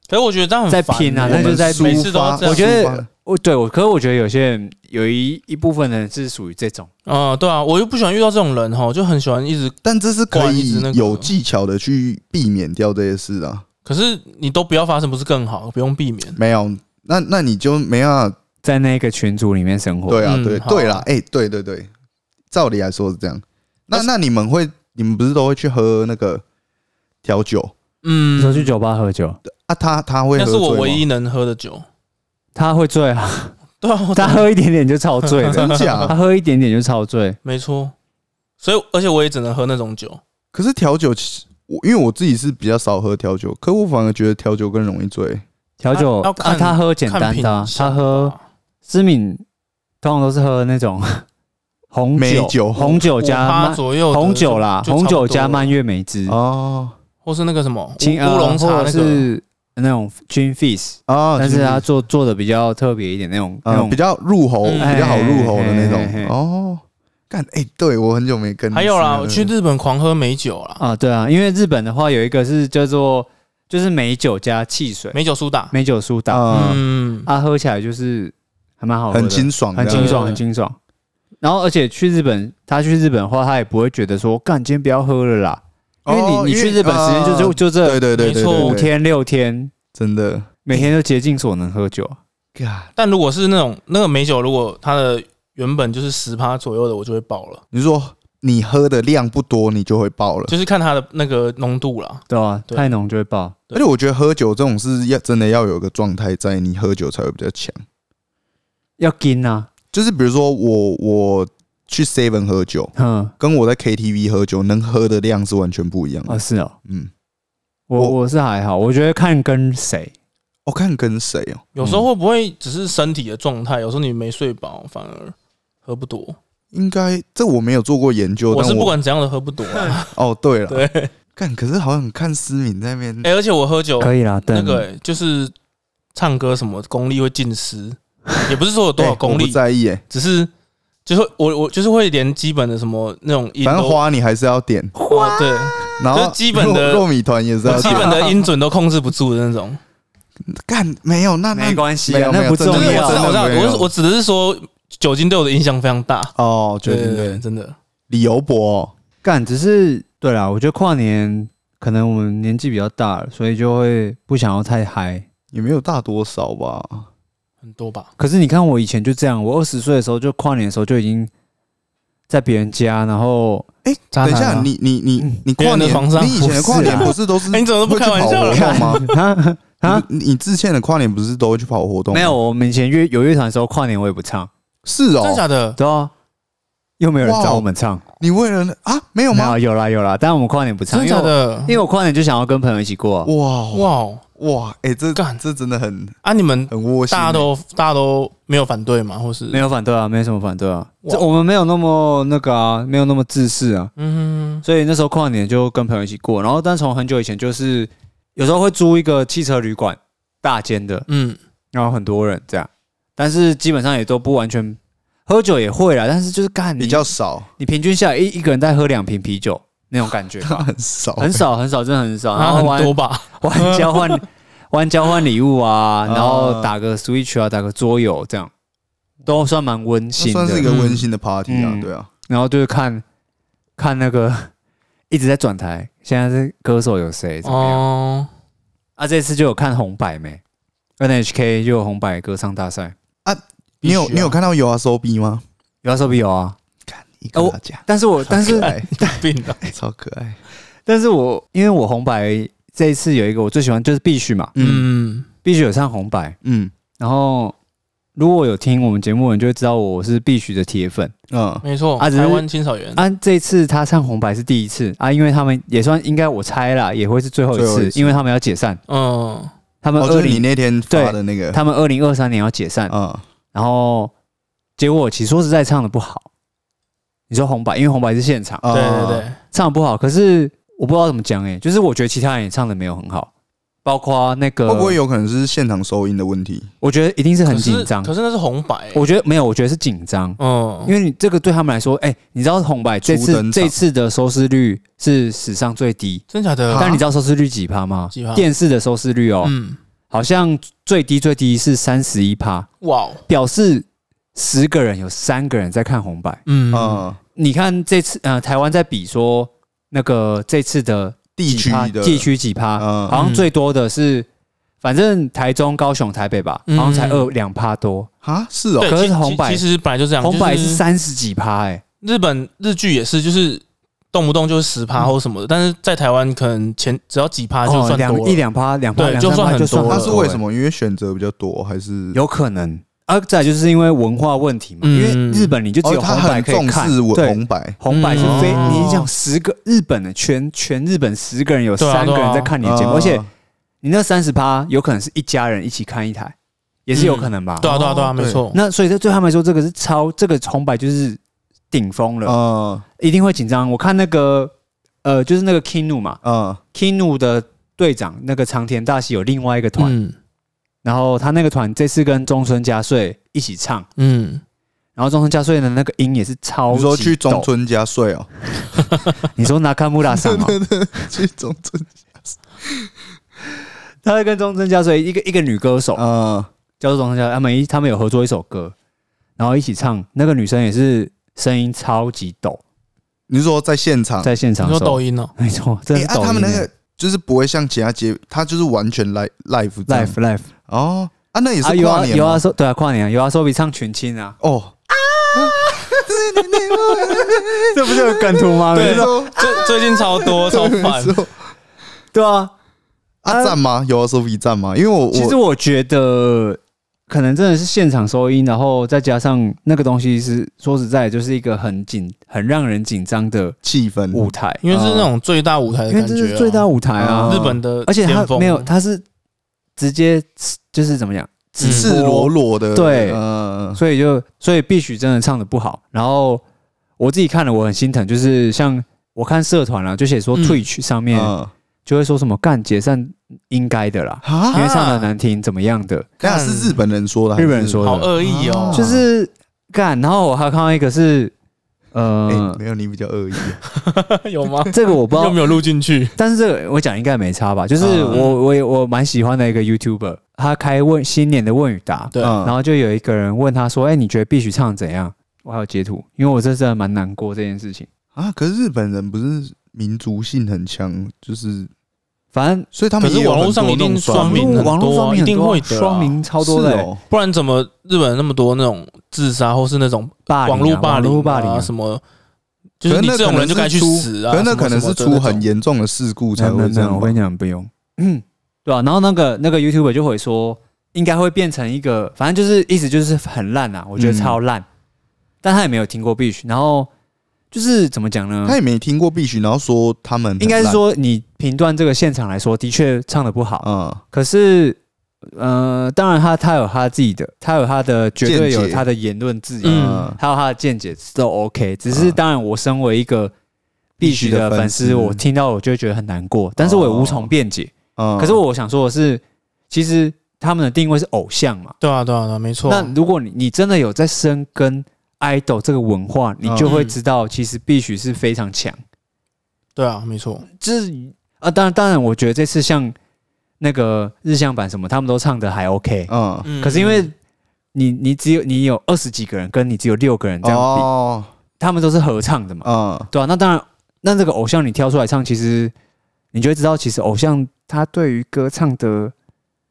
Speaker 4: 可是我觉得这样很
Speaker 3: 在
Speaker 4: 烦
Speaker 3: 拼啊
Speaker 4: 欸
Speaker 3: 那
Speaker 2: 我
Speaker 3: 就
Speaker 2: 们
Speaker 3: 在
Speaker 2: 抒
Speaker 4: 每次都
Speaker 2: 发
Speaker 4: 要这样
Speaker 3: 我觉
Speaker 2: 抒
Speaker 3: 得
Speaker 2: 发
Speaker 3: 我啊对我，可是我觉得有些人有一一部分人是属于这种，
Speaker 4: 嗯，对啊，我又不喜欢遇到这种人哈，就很喜欢一直，
Speaker 2: 但这是可
Speaker 4: 管一直那
Speaker 2: 以
Speaker 4: 个
Speaker 2: 有技巧的去避免掉这些事啊。
Speaker 4: 可是你都不要发生，不是更好？不用避免。
Speaker 2: 没有，那那你就没办法。
Speaker 3: 在那个群组里面生活。
Speaker 2: 对啊，
Speaker 4: 嗯
Speaker 2: 对
Speaker 4: 好
Speaker 2: 对啦，哎，对对对，照理来说是这样。那
Speaker 4: 但是
Speaker 2: 那你们会，你们不是都会去喝那个调酒
Speaker 4: 嗯
Speaker 3: 你说去酒吧喝酒，
Speaker 2: 啊？他他会
Speaker 4: 那
Speaker 2: 喝
Speaker 4: 是
Speaker 2: 醉
Speaker 4: 我唯
Speaker 2: 吗
Speaker 4: 一能喝的酒。
Speaker 3: 他会醉 啊，
Speaker 4: 对啊，我
Speaker 3: 他喝一点点就超醉的，啊
Speaker 2: 真假
Speaker 3: 他？喝一点点就超醉。
Speaker 4: 没错，所以而且我也只能喝那种酒。
Speaker 2: 可是调酒，其实我因为我自己是比较少喝调酒，可我反而觉得调酒更容易醉。
Speaker 3: 调酒
Speaker 4: 要
Speaker 3: 啊，
Speaker 4: 看
Speaker 3: 他喝简单
Speaker 4: 看品
Speaker 3: 的啊，
Speaker 4: 相
Speaker 3: 他喝
Speaker 4: 吧
Speaker 3: 思敏通常都是喝那种红
Speaker 2: 美酒
Speaker 3: 红酒加
Speaker 4: 五趴
Speaker 3: 蔓
Speaker 4: 左右的
Speaker 3: 红酒啦，
Speaker 4: 就
Speaker 3: 红
Speaker 4: 差不
Speaker 3: 酒
Speaker 4: 多
Speaker 3: 加
Speaker 4: 了
Speaker 3: 蔓越莓汁，
Speaker 2: 哦
Speaker 4: 或是那个什么乌
Speaker 3: 青呃
Speaker 4: 乌龙茶
Speaker 3: 或者
Speaker 4: 那个，
Speaker 3: 是那种 gin fizz，
Speaker 2: 啊，
Speaker 3: 但是
Speaker 2: 啊
Speaker 3: 他。做做的比较特别一点，那种那
Speaker 2: 呃，
Speaker 3: 种
Speaker 2: 比较入喉，
Speaker 4: 嗯
Speaker 2: 比较好入喉的那
Speaker 3: 嘿嘿嘿
Speaker 2: 种。哦，干，哎，对我很久没跟你吃了。
Speaker 4: 还有啦，我去日本狂喝美酒啦，
Speaker 3: 啊，对啊，因为日本的话有一个是叫做就是美酒加汽水，
Speaker 4: 美酒苏打。
Speaker 3: 美酒苏打，
Speaker 2: 啊，
Speaker 4: 嗯，
Speaker 3: 啊，喝起来就是还蛮好喝的，
Speaker 2: 很清爽，
Speaker 3: 很
Speaker 2: 这样
Speaker 3: 清爽，
Speaker 4: 对
Speaker 3: 很清爽。然后而且去日本，他去日本的话，他也不会觉得说干今天不要喝了啦，因为你
Speaker 2: 哦
Speaker 3: 你去日本时间就就
Speaker 2: 啊
Speaker 3: 就这
Speaker 2: 对对对
Speaker 4: 没
Speaker 2: 对
Speaker 4: 错
Speaker 2: 对，
Speaker 3: 五
Speaker 2: 对，
Speaker 3: 天六天，
Speaker 2: 真的。
Speaker 3: 每天都竭尽所能喝酒。
Speaker 2: God，
Speaker 4: 但如果是那种那个美酒，如果它的原本就是十趴左右的，我就会爆了，
Speaker 2: 你说你喝的量不多，你就会爆了。
Speaker 4: 就是看它的那个浓度啦。
Speaker 3: 对啊，
Speaker 4: 对
Speaker 3: 太浓就会爆。
Speaker 4: 对
Speaker 2: 而且我觉得喝酒这种是要真的要有个状态在，你喝酒才会比较强。
Speaker 3: 要กิน啊，
Speaker 2: 就是比如说我我去 Seven 喝酒，
Speaker 3: 嗯，
Speaker 2: 跟我在 KTV 喝酒能喝的量是完全不一样
Speaker 4: 啊
Speaker 3: 哦
Speaker 2: 的。
Speaker 3: 是哦，
Speaker 2: 嗯，
Speaker 3: 我
Speaker 2: 我
Speaker 3: 我是还好，我觉得看跟谁，
Speaker 2: 我看跟谁哦，
Speaker 4: 有时候会不会只是身体的状态？有时候你没睡饱，反而喝不多。
Speaker 2: 应该这我没有做过研究，
Speaker 4: 我
Speaker 2: 但
Speaker 4: 是不管怎样的喝不多 啦。
Speaker 2: 哦，对了，
Speaker 4: 对，
Speaker 2: 干，可是好像看思敏在那边，
Speaker 4: 哎，而且我喝酒
Speaker 3: 可以啦，
Speaker 4: 那
Speaker 3: 等
Speaker 4: 个欸就是唱歌什么功力会尽失，也不是说有多
Speaker 2: 哎
Speaker 4: 少功
Speaker 2: 我
Speaker 4: 力
Speaker 2: 不，在意哎、
Speaker 4: 只是就是我我就是会连基本的什么那种音
Speaker 2: 反正
Speaker 4: 都
Speaker 2: 花你还是要 点，
Speaker 4: 哦对，
Speaker 2: 然后
Speaker 4: 就是基本 的
Speaker 2: 糯糯米团也是
Speaker 4: 我
Speaker 2: 要
Speaker 4: 基
Speaker 2: 点。
Speaker 4: 本的音准都控制不住的那种。
Speaker 2: 干没有，那那
Speaker 3: 没关系
Speaker 2: 没
Speaker 3: 啊
Speaker 2: 有，没
Speaker 3: 那
Speaker 2: 有
Speaker 3: 不
Speaker 2: 真
Speaker 3: 重
Speaker 2: 的
Speaker 4: 就是我
Speaker 2: 没
Speaker 4: 知
Speaker 2: 有
Speaker 3: 要
Speaker 4: 道，我知道，
Speaker 2: 真的没
Speaker 4: 我
Speaker 2: 有
Speaker 4: 是我指的是说酒精对我的影响非常大。
Speaker 2: 哦，
Speaker 4: 对
Speaker 2: 绝对
Speaker 4: 对
Speaker 2: 对
Speaker 4: 对，，真的
Speaker 2: 理由博、哦，
Speaker 3: 干，只是对啦，我觉得跨年可能我们年纪比较大了，所以就会不想要太嗨。
Speaker 2: 也没有大多少吧。
Speaker 4: 很多吧。
Speaker 3: 可是你看我以前就这样，我二十岁的时候就跨年的时候就已经在别人家，然后
Speaker 2: 哎、
Speaker 3: 渣
Speaker 2: 等
Speaker 3: 男
Speaker 2: 一下，
Speaker 3: 啊
Speaker 2: 你你你你
Speaker 4: 嗯
Speaker 2: 跨
Speaker 4: 别人的
Speaker 2: 年
Speaker 4: 床，上
Speaker 2: 你以前的跨年
Speaker 3: 不是啊
Speaker 2: 不是都是
Speaker 4: 哎你怎么都不
Speaker 2: 会去
Speaker 4: 开玩
Speaker 2: 跑
Speaker 4: 笑
Speaker 2: 活
Speaker 4: 了
Speaker 2: 动吗？
Speaker 3: 啊啊，
Speaker 2: 你你之前的跨年不是都会去跑活动？
Speaker 3: 没有，，我们以前乐有乐团的时候，跨年我也不唱，
Speaker 2: 是哦，
Speaker 4: 真的假的？
Speaker 3: 对啊，又没有人找我们唱，
Speaker 2: 你为了那啊哦没有
Speaker 3: 没
Speaker 2: 吗？
Speaker 3: 有有啦有啦，但我们跨年不唱，
Speaker 4: 真的
Speaker 3: 因为
Speaker 4: 假
Speaker 3: 我
Speaker 4: 的
Speaker 3: 因？为我跨年就想要跟朋友一起过，啊
Speaker 2: 哇
Speaker 4: 哇哦
Speaker 2: 哇，哎、这
Speaker 4: 干
Speaker 2: 这真的很
Speaker 4: 啊！你们
Speaker 2: 很窝心欸、
Speaker 4: 大家都大家都没有反对吗？或是
Speaker 3: 没有反对啊，没什么反对啊，
Speaker 4: 哇
Speaker 3: 这我们没有那么那个啊，没有那么自私啊，
Speaker 4: 嗯
Speaker 3: 所以那时候跨年就跟朋友一起过，然后但从很久以前就是有时候会租一个汽车旅馆，大间的，
Speaker 4: 嗯
Speaker 3: 然后很多人这样，但是基本上也都不完全喝酒也会啦，但是就是干你
Speaker 2: 比较少，，
Speaker 3: 你平均下来一一个人在喝两瓶啤酒那种感觉
Speaker 2: 很少，
Speaker 3: 很少很少，真的 很少，然
Speaker 4: 啊
Speaker 3: 后
Speaker 4: 很
Speaker 3: 玩
Speaker 4: 多吧？
Speaker 3: 玩交换玩交换礼物
Speaker 2: 啊
Speaker 3: 啊，然后打个 Switch 啊，打个桌游这样，都算蛮温
Speaker 2: 那
Speaker 3: 馨
Speaker 2: 算是一
Speaker 3: 的。
Speaker 2: 个温馨的 party 啊，
Speaker 3: 嗯
Speaker 2: 对啊，
Speaker 3: 然后就是看看那个一直在转台，现在是歌手有谁怎么样？
Speaker 4: 哦，
Speaker 3: 啊，这次就有看红白没？NHK 就有红白歌唱大赛，
Speaker 2: 你
Speaker 4: 必须啊
Speaker 2: 有你有看到 U R S O B 吗？
Speaker 3: 有啊，手比有啊。
Speaker 2: 一
Speaker 3: 哦
Speaker 2: 大家，
Speaker 3: 但是我但是
Speaker 2: 超可爱
Speaker 4: 病的，
Speaker 2: 超可爱，
Speaker 3: 但是我因为我红白这一次有一个我最喜欢就是必须 嘛，
Speaker 2: 嗯
Speaker 4: 嗯，
Speaker 3: 必须有唱红白，
Speaker 2: 嗯
Speaker 3: 然后如果有听我们节目，你就会知道我是必须的铁粉。
Speaker 2: 嗯，
Speaker 4: 没错，
Speaker 3: 啊只是
Speaker 4: 台湾青草原，
Speaker 3: 啊，这次他唱红白是第一次啊，因为他们也算应该我猜啦，也会是最后一
Speaker 2: 最后
Speaker 3: 次，
Speaker 2: 一次
Speaker 3: 因为他们要解散，
Speaker 4: 嗯，
Speaker 3: 他们
Speaker 2: 哦，
Speaker 3: 二
Speaker 2: 就是你
Speaker 3: 零、
Speaker 2: 那天发的那个，
Speaker 3: 他们二零二三年要解散，
Speaker 2: 嗯
Speaker 3: 然后结果其实说实在唱的不好。你说红白，因为红白是现场、
Speaker 2: 啊
Speaker 4: 对对，对，
Speaker 3: 唱的不好，可是我不知道怎么讲哎、就是我觉得其他人也唱的没有很好，包括那个，
Speaker 2: 会不会有可能是现场收音的问题？
Speaker 3: 我觉得一定是很
Speaker 4: 可是
Speaker 3: 紧张
Speaker 4: 可。是那是红白，
Speaker 3: 我觉得没有，我觉得是紧张。
Speaker 4: 嗯，
Speaker 3: 因为你这个对他们来说，哎、你知道红白这
Speaker 2: 初
Speaker 3: 次
Speaker 2: 登场
Speaker 3: 这次的收视率是史上最低，
Speaker 4: 真假的，
Speaker 3: 但你知道收视率几趴吗？
Speaker 4: 啊几趴
Speaker 3: 电视的收视率哦，
Speaker 4: 嗯，
Speaker 3: 好像最低最低是三十一趴，
Speaker 4: 哇哦，
Speaker 3: 表示十个人有三个人在看红白。
Speaker 4: 嗯，
Speaker 2: 嗯，
Speaker 3: 你看这次，呃，台湾在比说那个这次的
Speaker 2: 地
Speaker 3: 几
Speaker 2: 区
Speaker 3: 趴
Speaker 2: 的
Speaker 3: 地，区几趴，
Speaker 2: 嗯
Speaker 3: 好像最多的是，反正台中、高雄、台北吧，
Speaker 4: 嗯
Speaker 3: 好像才二两趴多，
Speaker 2: 啊，是哦，
Speaker 4: 对，
Speaker 3: 可是
Speaker 4: 其
Speaker 3: 红白
Speaker 4: 其其实本来就这样，
Speaker 3: 红白
Speaker 4: 就是
Speaker 3: 三十几趴，哎、
Speaker 4: 日本日剧也是，就是动不动就是十趴或什么的，但是在台湾可能前只要几趴啊就
Speaker 3: 嗯哦，
Speaker 4: 算
Speaker 3: 两
Speaker 4: 多了
Speaker 3: 一，两趴，两趴，
Speaker 4: 对
Speaker 3: 两
Speaker 4: 就
Speaker 3: 三
Speaker 4: 算
Speaker 3: 趴
Speaker 4: 很
Speaker 3: 就算
Speaker 4: 多
Speaker 3: 很
Speaker 2: 他
Speaker 4: 了
Speaker 3: 多。
Speaker 2: 是为什？么？因为选择比较多，还是
Speaker 3: 有可能啊，再来就是因为文化问题嘛，
Speaker 4: 嗯
Speaker 3: 因为日本你就只
Speaker 2: 哦，
Speaker 3: 有
Speaker 2: 他
Speaker 3: 红白
Speaker 2: 很
Speaker 3: 可
Speaker 2: 重
Speaker 3: 以看，
Speaker 2: 视我
Speaker 3: 对，
Speaker 2: 红白，
Speaker 3: 红白是非
Speaker 2: 嗯
Speaker 3: 你讲十个日本的全全日本十个人有
Speaker 4: 对啊
Speaker 3: 三个
Speaker 4: 对啊
Speaker 3: 人在看你的节目，
Speaker 2: 嗯
Speaker 3: 而且你那三十趴有可能是一家人一起看一台，也是有可能吧？
Speaker 4: 对啊对啊对啊，
Speaker 2: 哦
Speaker 4: 没错，
Speaker 3: 那所以这对他们来说，这个是超这个红白就是顶峰了，
Speaker 2: 嗯
Speaker 3: 一定会紧张。我看那个呃，就是那个 Kinu 嘛
Speaker 2: 嗯
Speaker 3: ，Kinu 的队长那个长田大喜有另外一个团。
Speaker 4: 嗯
Speaker 3: 然后他那个团这次跟中村佳穗一起唱，
Speaker 4: 嗯，
Speaker 3: 然后中村佳穗的那个音也是超
Speaker 2: 你
Speaker 3: 级
Speaker 2: 说去
Speaker 3: 抖
Speaker 2: 中，村家睡哦，
Speaker 3: 你说拿卡穆 拉上吗？
Speaker 2: 去中村，
Speaker 3: 他在跟中村佳穗一个一个女歌手、
Speaker 2: 嗯
Speaker 3: 叫做中村佳穗，啊他们一他们有合作一首歌，然后一起唱，那个女生也是声音超级抖，
Speaker 2: 你是说在现场？
Speaker 3: 在现场
Speaker 4: 你
Speaker 3: 的时
Speaker 4: 说
Speaker 3: 候
Speaker 4: 抖音哦，
Speaker 3: 没错，真
Speaker 2: 哎、
Speaker 3: 的是
Speaker 2: 啊
Speaker 3: 抖音、欸
Speaker 2: 他们那个就是不会像其他节，他就是完全 live live 这样
Speaker 3: life life
Speaker 2: 哦啊，那也是
Speaker 3: 啊有
Speaker 2: 跨
Speaker 3: 啊
Speaker 2: 年
Speaker 3: 有
Speaker 2: 吗
Speaker 3: 啊说对啊跨年啊有啊说比唱群青 啊，
Speaker 2: 哦，
Speaker 3: 这不是有梗图吗？
Speaker 4: 对
Speaker 3: 没错
Speaker 4: 最最近超 多超烦，
Speaker 3: 对啊，
Speaker 2: 啊赞吗？有啊，手比赞吗？因为我
Speaker 3: 其实
Speaker 2: 我
Speaker 3: 我觉得，可能真的是现场收音，然后再加上那个东西是说实在，就是一个很紧、很让人紧张的
Speaker 2: 气氛
Speaker 3: 舞台，哦
Speaker 4: 因为是那种最大舞台的
Speaker 3: 因为
Speaker 4: 感
Speaker 3: 这
Speaker 4: 觉
Speaker 3: 是
Speaker 4: 啊，
Speaker 3: 最大舞台啊，
Speaker 2: 嗯
Speaker 4: 日本的，
Speaker 3: 而且它没有，，它是直接就是怎么讲，
Speaker 2: 只是裸裸的，
Speaker 3: 对
Speaker 2: 嗯
Speaker 3: 所以就所以必须真的唱的不好。然后我自己看了，我很心疼，就是像我看社团啊，就写说
Speaker 4: 嗯
Speaker 3: Twitch 上面
Speaker 2: 嗯
Speaker 3: 就会说什么干解散应该的啦，因
Speaker 2: 啊，
Speaker 3: 为唱的难听怎么样的，
Speaker 2: 那是日本人说的，还
Speaker 3: 日
Speaker 2: 是
Speaker 3: 本人说的
Speaker 4: 啊好恶意哦
Speaker 2: 啊，
Speaker 3: 就是干。然后我还看到一个是，
Speaker 2: 哎、
Speaker 3: 呃，
Speaker 2: 没有你比较 恶意、
Speaker 4: 有吗？
Speaker 3: 这个我不知
Speaker 4: 又
Speaker 3: 道
Speaker 4: 没，有录进去，
Speaker 3: 但是这个我讲应该没差吧？就是
Speaker 2: 嗯
Speaker 3: 我我也我蛮喜欢的一个 YouTuber，他开问新年的问与答，
Speaker 4: 对，
Speaker 2: 嗯
Speaker 3: 然后就有一个人问他说：“哎，你觉得必须唱怎样？”我还有截图，因为我这真的蛮难过这件事情。
Speaker 2: 啊，可是日本人不是民族性很强，就是
Speaker 3: 反正
Speaker 2: 所以他
Speaker 4: 可
Speaker 2: 们
Speaker 4: 是
Speaker 2: 也有
Speaker 4: 网络上
Speaker 2: 很
Speaker 4: 一
Speaker 2: 多那种
Speaker 4: 定双
Speaker 2: 酸
Speaker 4: 民
Speaker 2: 民啊
Speaker 4: 很
Speaker 3: 网络
Speaker 4: 多
Speaker 3: 双
Speaker 4: 啊，
Speaker 3: 民
Speaker 4: 一
Speaker 3: 很
Speaker 4: 定
Speaker 3: 多啊
Speaker 4: 会的啊，
Speaker 3: 双民超多的
Speaker 2: 是
Speaker 3: 欸，
Speaker 2: 哦，
Speaker 4: 不然怎么日本人那么多那种自杀或是那种
Speaker 3: 霸凌啊
Speaker 4: 网络霸
Speaker 3: 网
Speaker 4: 凌
Speaker 3: 络
Speaker 4: 啊、
Speaker 3: 霸凌啊
Speaker 4: 什么，就是你这种人就该去死啊！
Speaker 2: 可是那可能是出很
Speaker 4: 严，
Speaker 2: 严重的事故才
Speaker 3: 没有
Speaker 2: 会
Speaker 3: 没
Speaker 2: 这
Speaker 3: 有没
Speaker 2: 样
Speaker 3: 有我
Speaker 2: 吧
Speaker 3: 跟。你讲不用， 对啊，然后那个那个 YouTuber 就回说，应该会变成一个，反正就是意思就是很烂啊，我觉得
Speaker 2: 嗯
Speaker 3: 超烂。但他也没有听过 Beach，然后就是怎么讲呢
Speaker 2: 他？也没听过必须，然后说他们很
Speaker 3: 应该是
Speaker 2: 烂，
Speaker 3: 说你评断这个现场来说，的确唱的不好，
Speaker 2: 嗯，
Speaker 3: 可是，呃，当然他他有他自己的，他有他的绝对
Speaker 2: 见
Speaker 3: 有
Speaker 2: 解
Speaker 3: 他的言论自由，
Speaker 4: 嗯
Speaker 3: 还有他的见解都 OK。只是
Speaker 2: 嗯
Speaker 3: 当然，我身为一个必须
Speaker 2: 必须的
Speaker 3: 的粉丝，
Speaker 2: 粉丝哦
Speaker 3: 我听到我就会觉得很难过，但是我也无从辩解。
Speaker 2: 嗯，
Speaker 3: 可是我想说的是，其实他们的定位是偶像嘛，
Speaker 4: 对啊，对啊，对啊，没错。
Speaker 3: 那如果你你真的有在深耕 idol 这个文化，你就会
Speaker 4: 嗯
Speaker 3: 知道，其实必须是非常强。
Speaker 4: 对啊，没错。
Speaker 3: 就是啊，当然当然，我觉得这次像那个日向版什么，他们都唱的还 OK。
Speaker 2: 嗯，
Speaker 4: 嗯
Speaker 3: 可是因为你你只有你有二十几个人，跟你只有六个人这样比，
Speaker 2: 哦，
Speaker 3: 他们都是合唱的嘛，
Speaker 2: 嗯，
Speaker 3: 对啊，那当然，那这个偶像你挑出来唱，其实你就会知道，其实偶像他对于歌唱的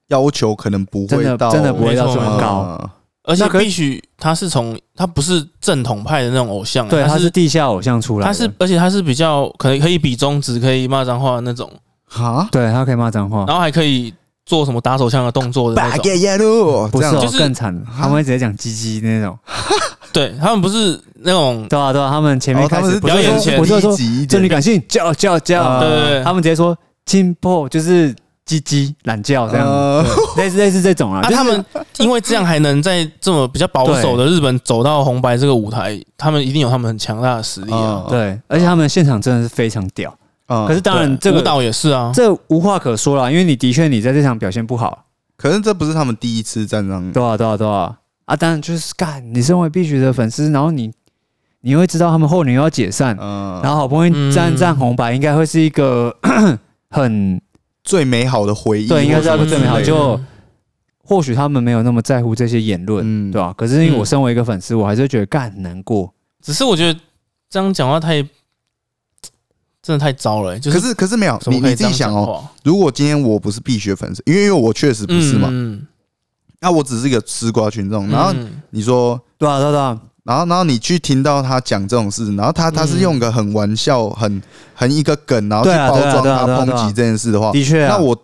Speaker 2: 要求可能不
Speaker 3: 真
Speaker 2: 会
Speaker 3: 的
Speaker 2: 到
Speaker 3: 真的不会到
Speaker 4: 没
Speaker 3: 这
Speaker 4: 错
Speaker 3: 么高，
Speaker 2: 嗯
Speaker 4: 而且
Speaker 3: 那可
Speaker 4: 必须他是从他不是正统派的那种偶像，啊
Speaker 3: 对，
Speaker 4: 他
Speaker 3: 他是
Speaker 4: 是
Speaker 3: 地下偶像出来的，
Speaker 4: 他是而且他是比较可能可以比中指，可以骂脏话的那种，
Speaker 2: 哈，
Speaker 3: 对他可以骂脏
Speaker 2: 哦
Speaker 3: 话，
Speaker 4: 然后还可以做什么打手枪的动作的那
Speaker 2: 八
Speaker 4: 种。
Speaker 2: 个耶路，
Speaker 3: 不
Speaker 2: 这样
Speaker 3: 是、
Speaker 2: 啊
Speaker 3: 哦
Speaker 4: 就，是
Speaker 3: 更惨了，他们会直接讲鸡鸡那种，
Speaker 4: 对他们不是那种，
Speaker 3: 对啊对啊，他们前面
Speaker 2: 哦
Speaker 3: 开
Speaker 2: 他们
Speaker 3: 始
Speaker 2: 是
Speaker 3: 不是
Speaker 4: 表演
Speaker 3: 说
Speaker 4: 前
Speaker 3: 不是说
Speaker 2: 一
Speaker 3: 这
Speaker 2: 点
Speaker 3: 里感性叫叫叫
Speaker 2: 啊，
Speaker 4: 对对对，
Speaker 3: 他们直接说进步就是鸡鸡懒觉这样，
Speaker 2: 呃
Speaker 3: 类似类似这种啊，
Speaker 4: 啊，
Speaker 3: 就是
Speaker 4: 他们因为这样还能在这么比较保守的日本走到红白这个舞台，他们一定有他们很强大的实力啊。
Speaker 2: 嗯
Speaker 3: 对，而且他们现场真的是非常屌。
Speaker 2: 嗯
Speaker 3: 可是当然，
Speaker 4: 对
Speaker 3: 这个
Speaker 4: 舞蹈也是啊，
Speaker 3: 这无话可说啦，因为你的确你在这场表现不好，
Speaker 2: 可是这不是他们第一次站上，
Speaker 3: 多少多少多少啊！当然就是干，你身为必须的粉丝，然后你你会知道他们后年又要解散，
Speaker 2: 嗯，
Speaker 3: 然后好不容易站
Speaker 4: 嗯
Speaker 3: 站红白，应该会是一个 很
Speaker 2: 最美好的回忆，
Speaker 3: 对应该是要
Speaker 2: 或
Speaker 3: 最美好
Speaker 2: 什么之类的
Speaker 3: 就或许他们没有那么在乎这些言论，
Speaker 2: 嗯
Speaker 3: 对吧、啊可是因为我
Speaker 4: 嗯
Speaker 3: 身为一个粉丝，我还是会觉得干很难过。
Speaker 4: 只是我觉得这样讲话太真的太糟了、欸就
Speaker 2: 可
Speaker 4: 是
Speaker 2: 是可是没有，
Speaker 4: 怎
Speaker 2: 你
Speaker 4: 么可
Speaker 2: 你
Speaker 4: 以
Speaker 2: 自己
Speaker 4: 这样
Speaker 2: 想
Speaker 4: 讲
Speaker 2: 哦，
Speaker 4: 话？
Speaker 2: 如果今天我不是必学粉丝，因为因为我确实不是嘛，
Speaker 4: 嗯，
Speaker 2: 那我只是一个吃瓜群众，
Speaker 4: 嗯
Speaker 2: 然后
Speaker 4: 嗯
Speaker 2: 你说。
Speaker 3: 对啊，对啊对啊，
Speaker 2: 然后，然后你去听到他讲这种事，然后他他是用个很玩笑、很很一个梗，然后去
Speaker 3: 对啊
Speaker 2: 包
Speaker 3: 对啊
Speaker 2: 装
Speaker 3: 对啊
Speaker 2: 他
Speaker 3: 对啊
Speaker 2: 抨
Speaker 3: 对啊
Speaker 2: 击这件事的话，
Speaker 3: 的确、啊。
Speaker 2: 那我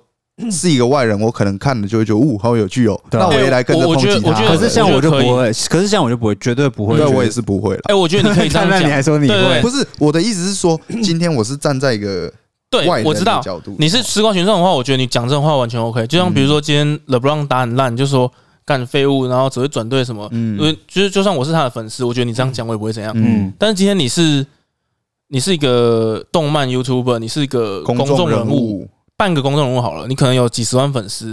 Speaker 2: 是一个外人，我可能看了就会觉得，呜，好有趣哦。
Speaker 3: 对啊
Speaker 2: 那我也来跟着
Speaker 4: 哎我
Speaker 2: 抨击
Speaker 4: 我觉
Speaker 2: 他
Speaker 4: 得
Speaker 2: 好
Speaker 3: 可
Speaker 2: 了。
Speaker 3: 是像我就不
Speaker 4: 我觉得
Speaker 3: 会，可是像我就不会，绝对不会觉
Speaker 2: 对
Speaker 3: 得。
Speaker 2: 我也是不会啦。
Speaker 4: 哎、我觉得你可以 这 样
Speaker 3: 看 那你还
Speaker 4: 讲，
Speaker 3: 说你不
Speaker 4: 对
Speaker 3: 会
Speaker 4: 对
Speaker 2: 不是我的意思是说，今天我是站在一个外
Speaker 4: 嗯对，
Speaker 2: 人
Speaker 4: 我知
Speaker 2: 的
Speaker 4: 道。
Speaker 2: 角度，
Speaker 4: 你是吃瓜群众的话，我觉得你讲这种话完全 OK。就像比如说今天 LeBron 打很烂，你就说干废物，然后只会转队什么。
Speaker 2: 嗯
Speaker 4: 因为就是就算我是他的粉丝，我觉得你这样讲我也不会怎样。
Speaker 3: 嗯
Speaker 2: 嗯，
Speaker 4: 但是今天你是你是一个动漫 YouTuber，你是一个公
Speaker 2: 众
Speaker 4: 众人
Speaker 2: 人
Speaker 4: 物，
Speaker 2: 物
Speaker 4: 半个公众人物好了，你可能有几十万粉丝，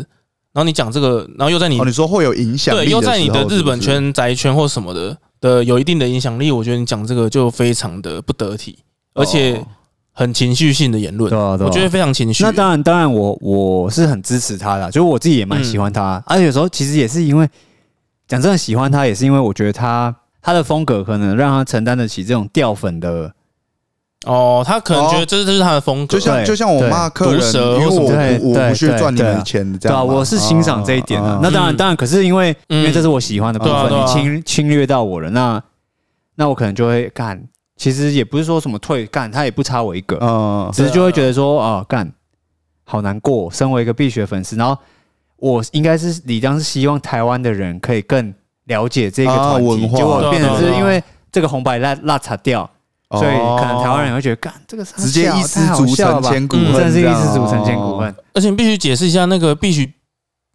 Speaker 4: 然后你讲这个，然后又在你
Speaker 2: 哦，你说会有影响力
Speaker 4: 对
Speaker 2: 时候
Speaker 4: 又在你的日
Speaker 2: 是不是
Speaker 4: 本，圈、宅圈或什么的的有一定的影响力，我觉得你讲这个就非常的不得体，而且
Speaker 2: 哦
Speaker 4: 很情绪性的言论
Speaker 3: 对，啊，对啊。
Speaker 4: 我觉得非常情绪。
Speaker 3: 那当然，当然我，我是很支持他的啊，就是我自己也蛮喜欢他，而且、有时候其实也是因为讲真的，喜欢他也是因为我觉得他他的风格可能让他承担得起这种掉粉的，
Speaker 4: 哦，他可能觉得
Speaker 2: 哦
Speaker 4: 这这是他的风格
Speaker 2: 就，像
Speaker 3: 对
Speaker 2: 就像我骂客人，
Speaker 4: 毒舌
Speaker 2: 因为我
Speaker 4: 或
Speaker 3: 什么
Speaker 2: 不
Speaker 3: 对
Speaker 2: 我不去
Speaker 3: 对
Speaker 2: 赚你
Speaker 3: 对
Speaker 2: 们
Speaker 3: 啊
Speaker 2: 钱，这
Speaker 3: 对
Speaker 2: 样
Speaker 3: 啊，
Speaker 2: 嘛
Speaker 3: 我是欣赏这一点的、
Speaker 2: 啊
Speaker 3: 那当然，
Speaker 4: 嗯
Speaker 3: 当然，可是因为、
Speaker 4: 嗯
Speaker 3: 因为这是我喜欢的部分，
Speaker 4: 对啊对啊
Speaker 3: 你侵侵略到我了，那那我可能就会干。其实也不是说什么退干，他也不差我一个，
Speaker 2: 嗯
Speaker 3: 只是就会觉得说啊，干，好难过。身为一个必学粉丝，然后我应该是理当是希望台湾的人可以更了解这个
Speaker 2: 啊
Speaker 3: 团体，
Speaker 2: 文化
Speaker 3: 结
Speaker 4: 对
Speaker 3: 果
Speaker 4: 啊
Speaker 3: 变成
Speaker 4: 对啊
Speaker 3: 是
Speaker 4: 对啊
Speaker 3: 因为这个红白辣辣擦掉，哦所以可能台湾人
Speaker 2: 哦
Speaker 3: 会觉得干这个傻
Speaker 2: 嗯直接
Speaker 3: 笑
Speaker 2: 一
Speaker 3: 太
Speaker 2: 失
Speaker 3: 好
Speaker 2: 足
Speaker 3: 笑了
Speaker 2: 成
Speaker 3: 吧
Speaker 2: 千古
Speaker 4: 嗯
Speaker 2: 恨，
Speaker 3: 真的是一
Speaker 2: 这样哦
Speaker 3: 失足成千古恨。。
Speaker 4: 而且你必须解释一下那个必须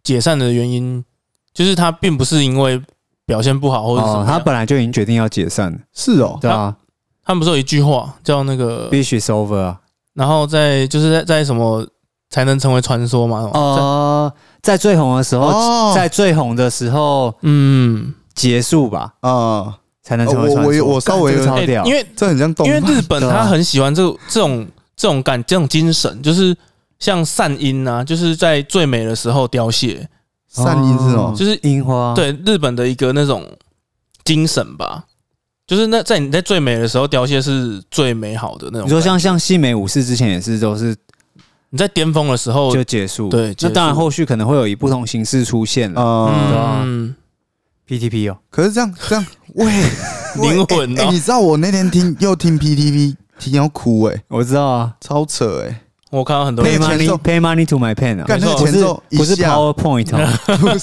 Speaker 4: 解散的原因，就是他并不是因为表现不好或者什
Speaker 3: 哦
Speaker 4: 么，样。
Speaker 3: 他本来就已经决定要解散了，
Speaker 2: 是哦，
Speaker 3: 对啊
Speaker 4: 他们不是有一句话叫那个，
Speaker 3: 必须 over 啊。
Speaker 4: 然后在就是在在什么才能成为传说嘛？哦，
Speaker 3: 哦，在最红的时候，
Speaker 2: 哦，
Speaker 3: 在最红的时候
Speaker 4: 嗯，
Speaker 3: 结束吧，
Speaker 2: 啊，
Speaker 3: 才能成
Speaker 2: 哦
Speaker 3: 为
Speaker 2: 我
Speaker 3: 传说。
Speaker 2: 我我稍微
Speaker 3: 干这个
Speaker 2: 有
Speaker 3: 超
Speaker 4: 哎
Speaker 3: 屌，
Speaker 4: 因为
Speaker 2: 这很像动
Speaker 4: 因为
Speaker 2: 漫，
Speaker 4: 日本
Speaker 3: 对啊
Speaker 4: 他很喜欢这个这种这种感这种精神，就是像善因啊，就是在最美的时候凋谢，
Speaker 2: 善因是哦，
Speaker 4: 就是
Speaker 3: 樱花，
Speaker 4: 对日本的一个那种精神吧。就是那在你在最美的时候凋谢是最美好的那种感觉。
Speaker 3: 你说像像西美武士之前也是都是
Speaker 4: 你在巅峰的时候，
Speaker 3: 就结束，
Speaker 4: 哦对结
Speaker 3: 那
Speaker 4: 束
Speaker 3: 当然后续可能会有以不同形式出现了。
Speaker 2: 嗯，
Speaker 3: 对啊
Speaker 4: 嗯，
Speaker 3: PTP 哦，
Speaker 2: 可是这样这样， 喂，喂
Speaker 4: 灵魂
Speaker 2: 哎哎
Speaker 4: 哦
Speaker 2: 你知道我那天听又听 PTV，听要哭哎，
Speaker 3: 我知道啊
Speaker 2: 超扯哎，
Speaker 4: 我看到很多
Speaker 2: 那
Speaker 4: 人
Speaker 3: ，Pay
Speaker 2: 个前奏
Speaker 3: money Pay money to my pen 啊，
Speaker 2: 干那
Speaker 4: 没
Speaker 2: 个
Speaker 4: 错
Speaker 3: 不
Speaker 2: 前
Speaker 3: 是
Speaker 2: 奏一
Speaker 3: 不是
Speaker 2: 下
Speaker 3: PowerPoint 哦，
Speaker 2: 不是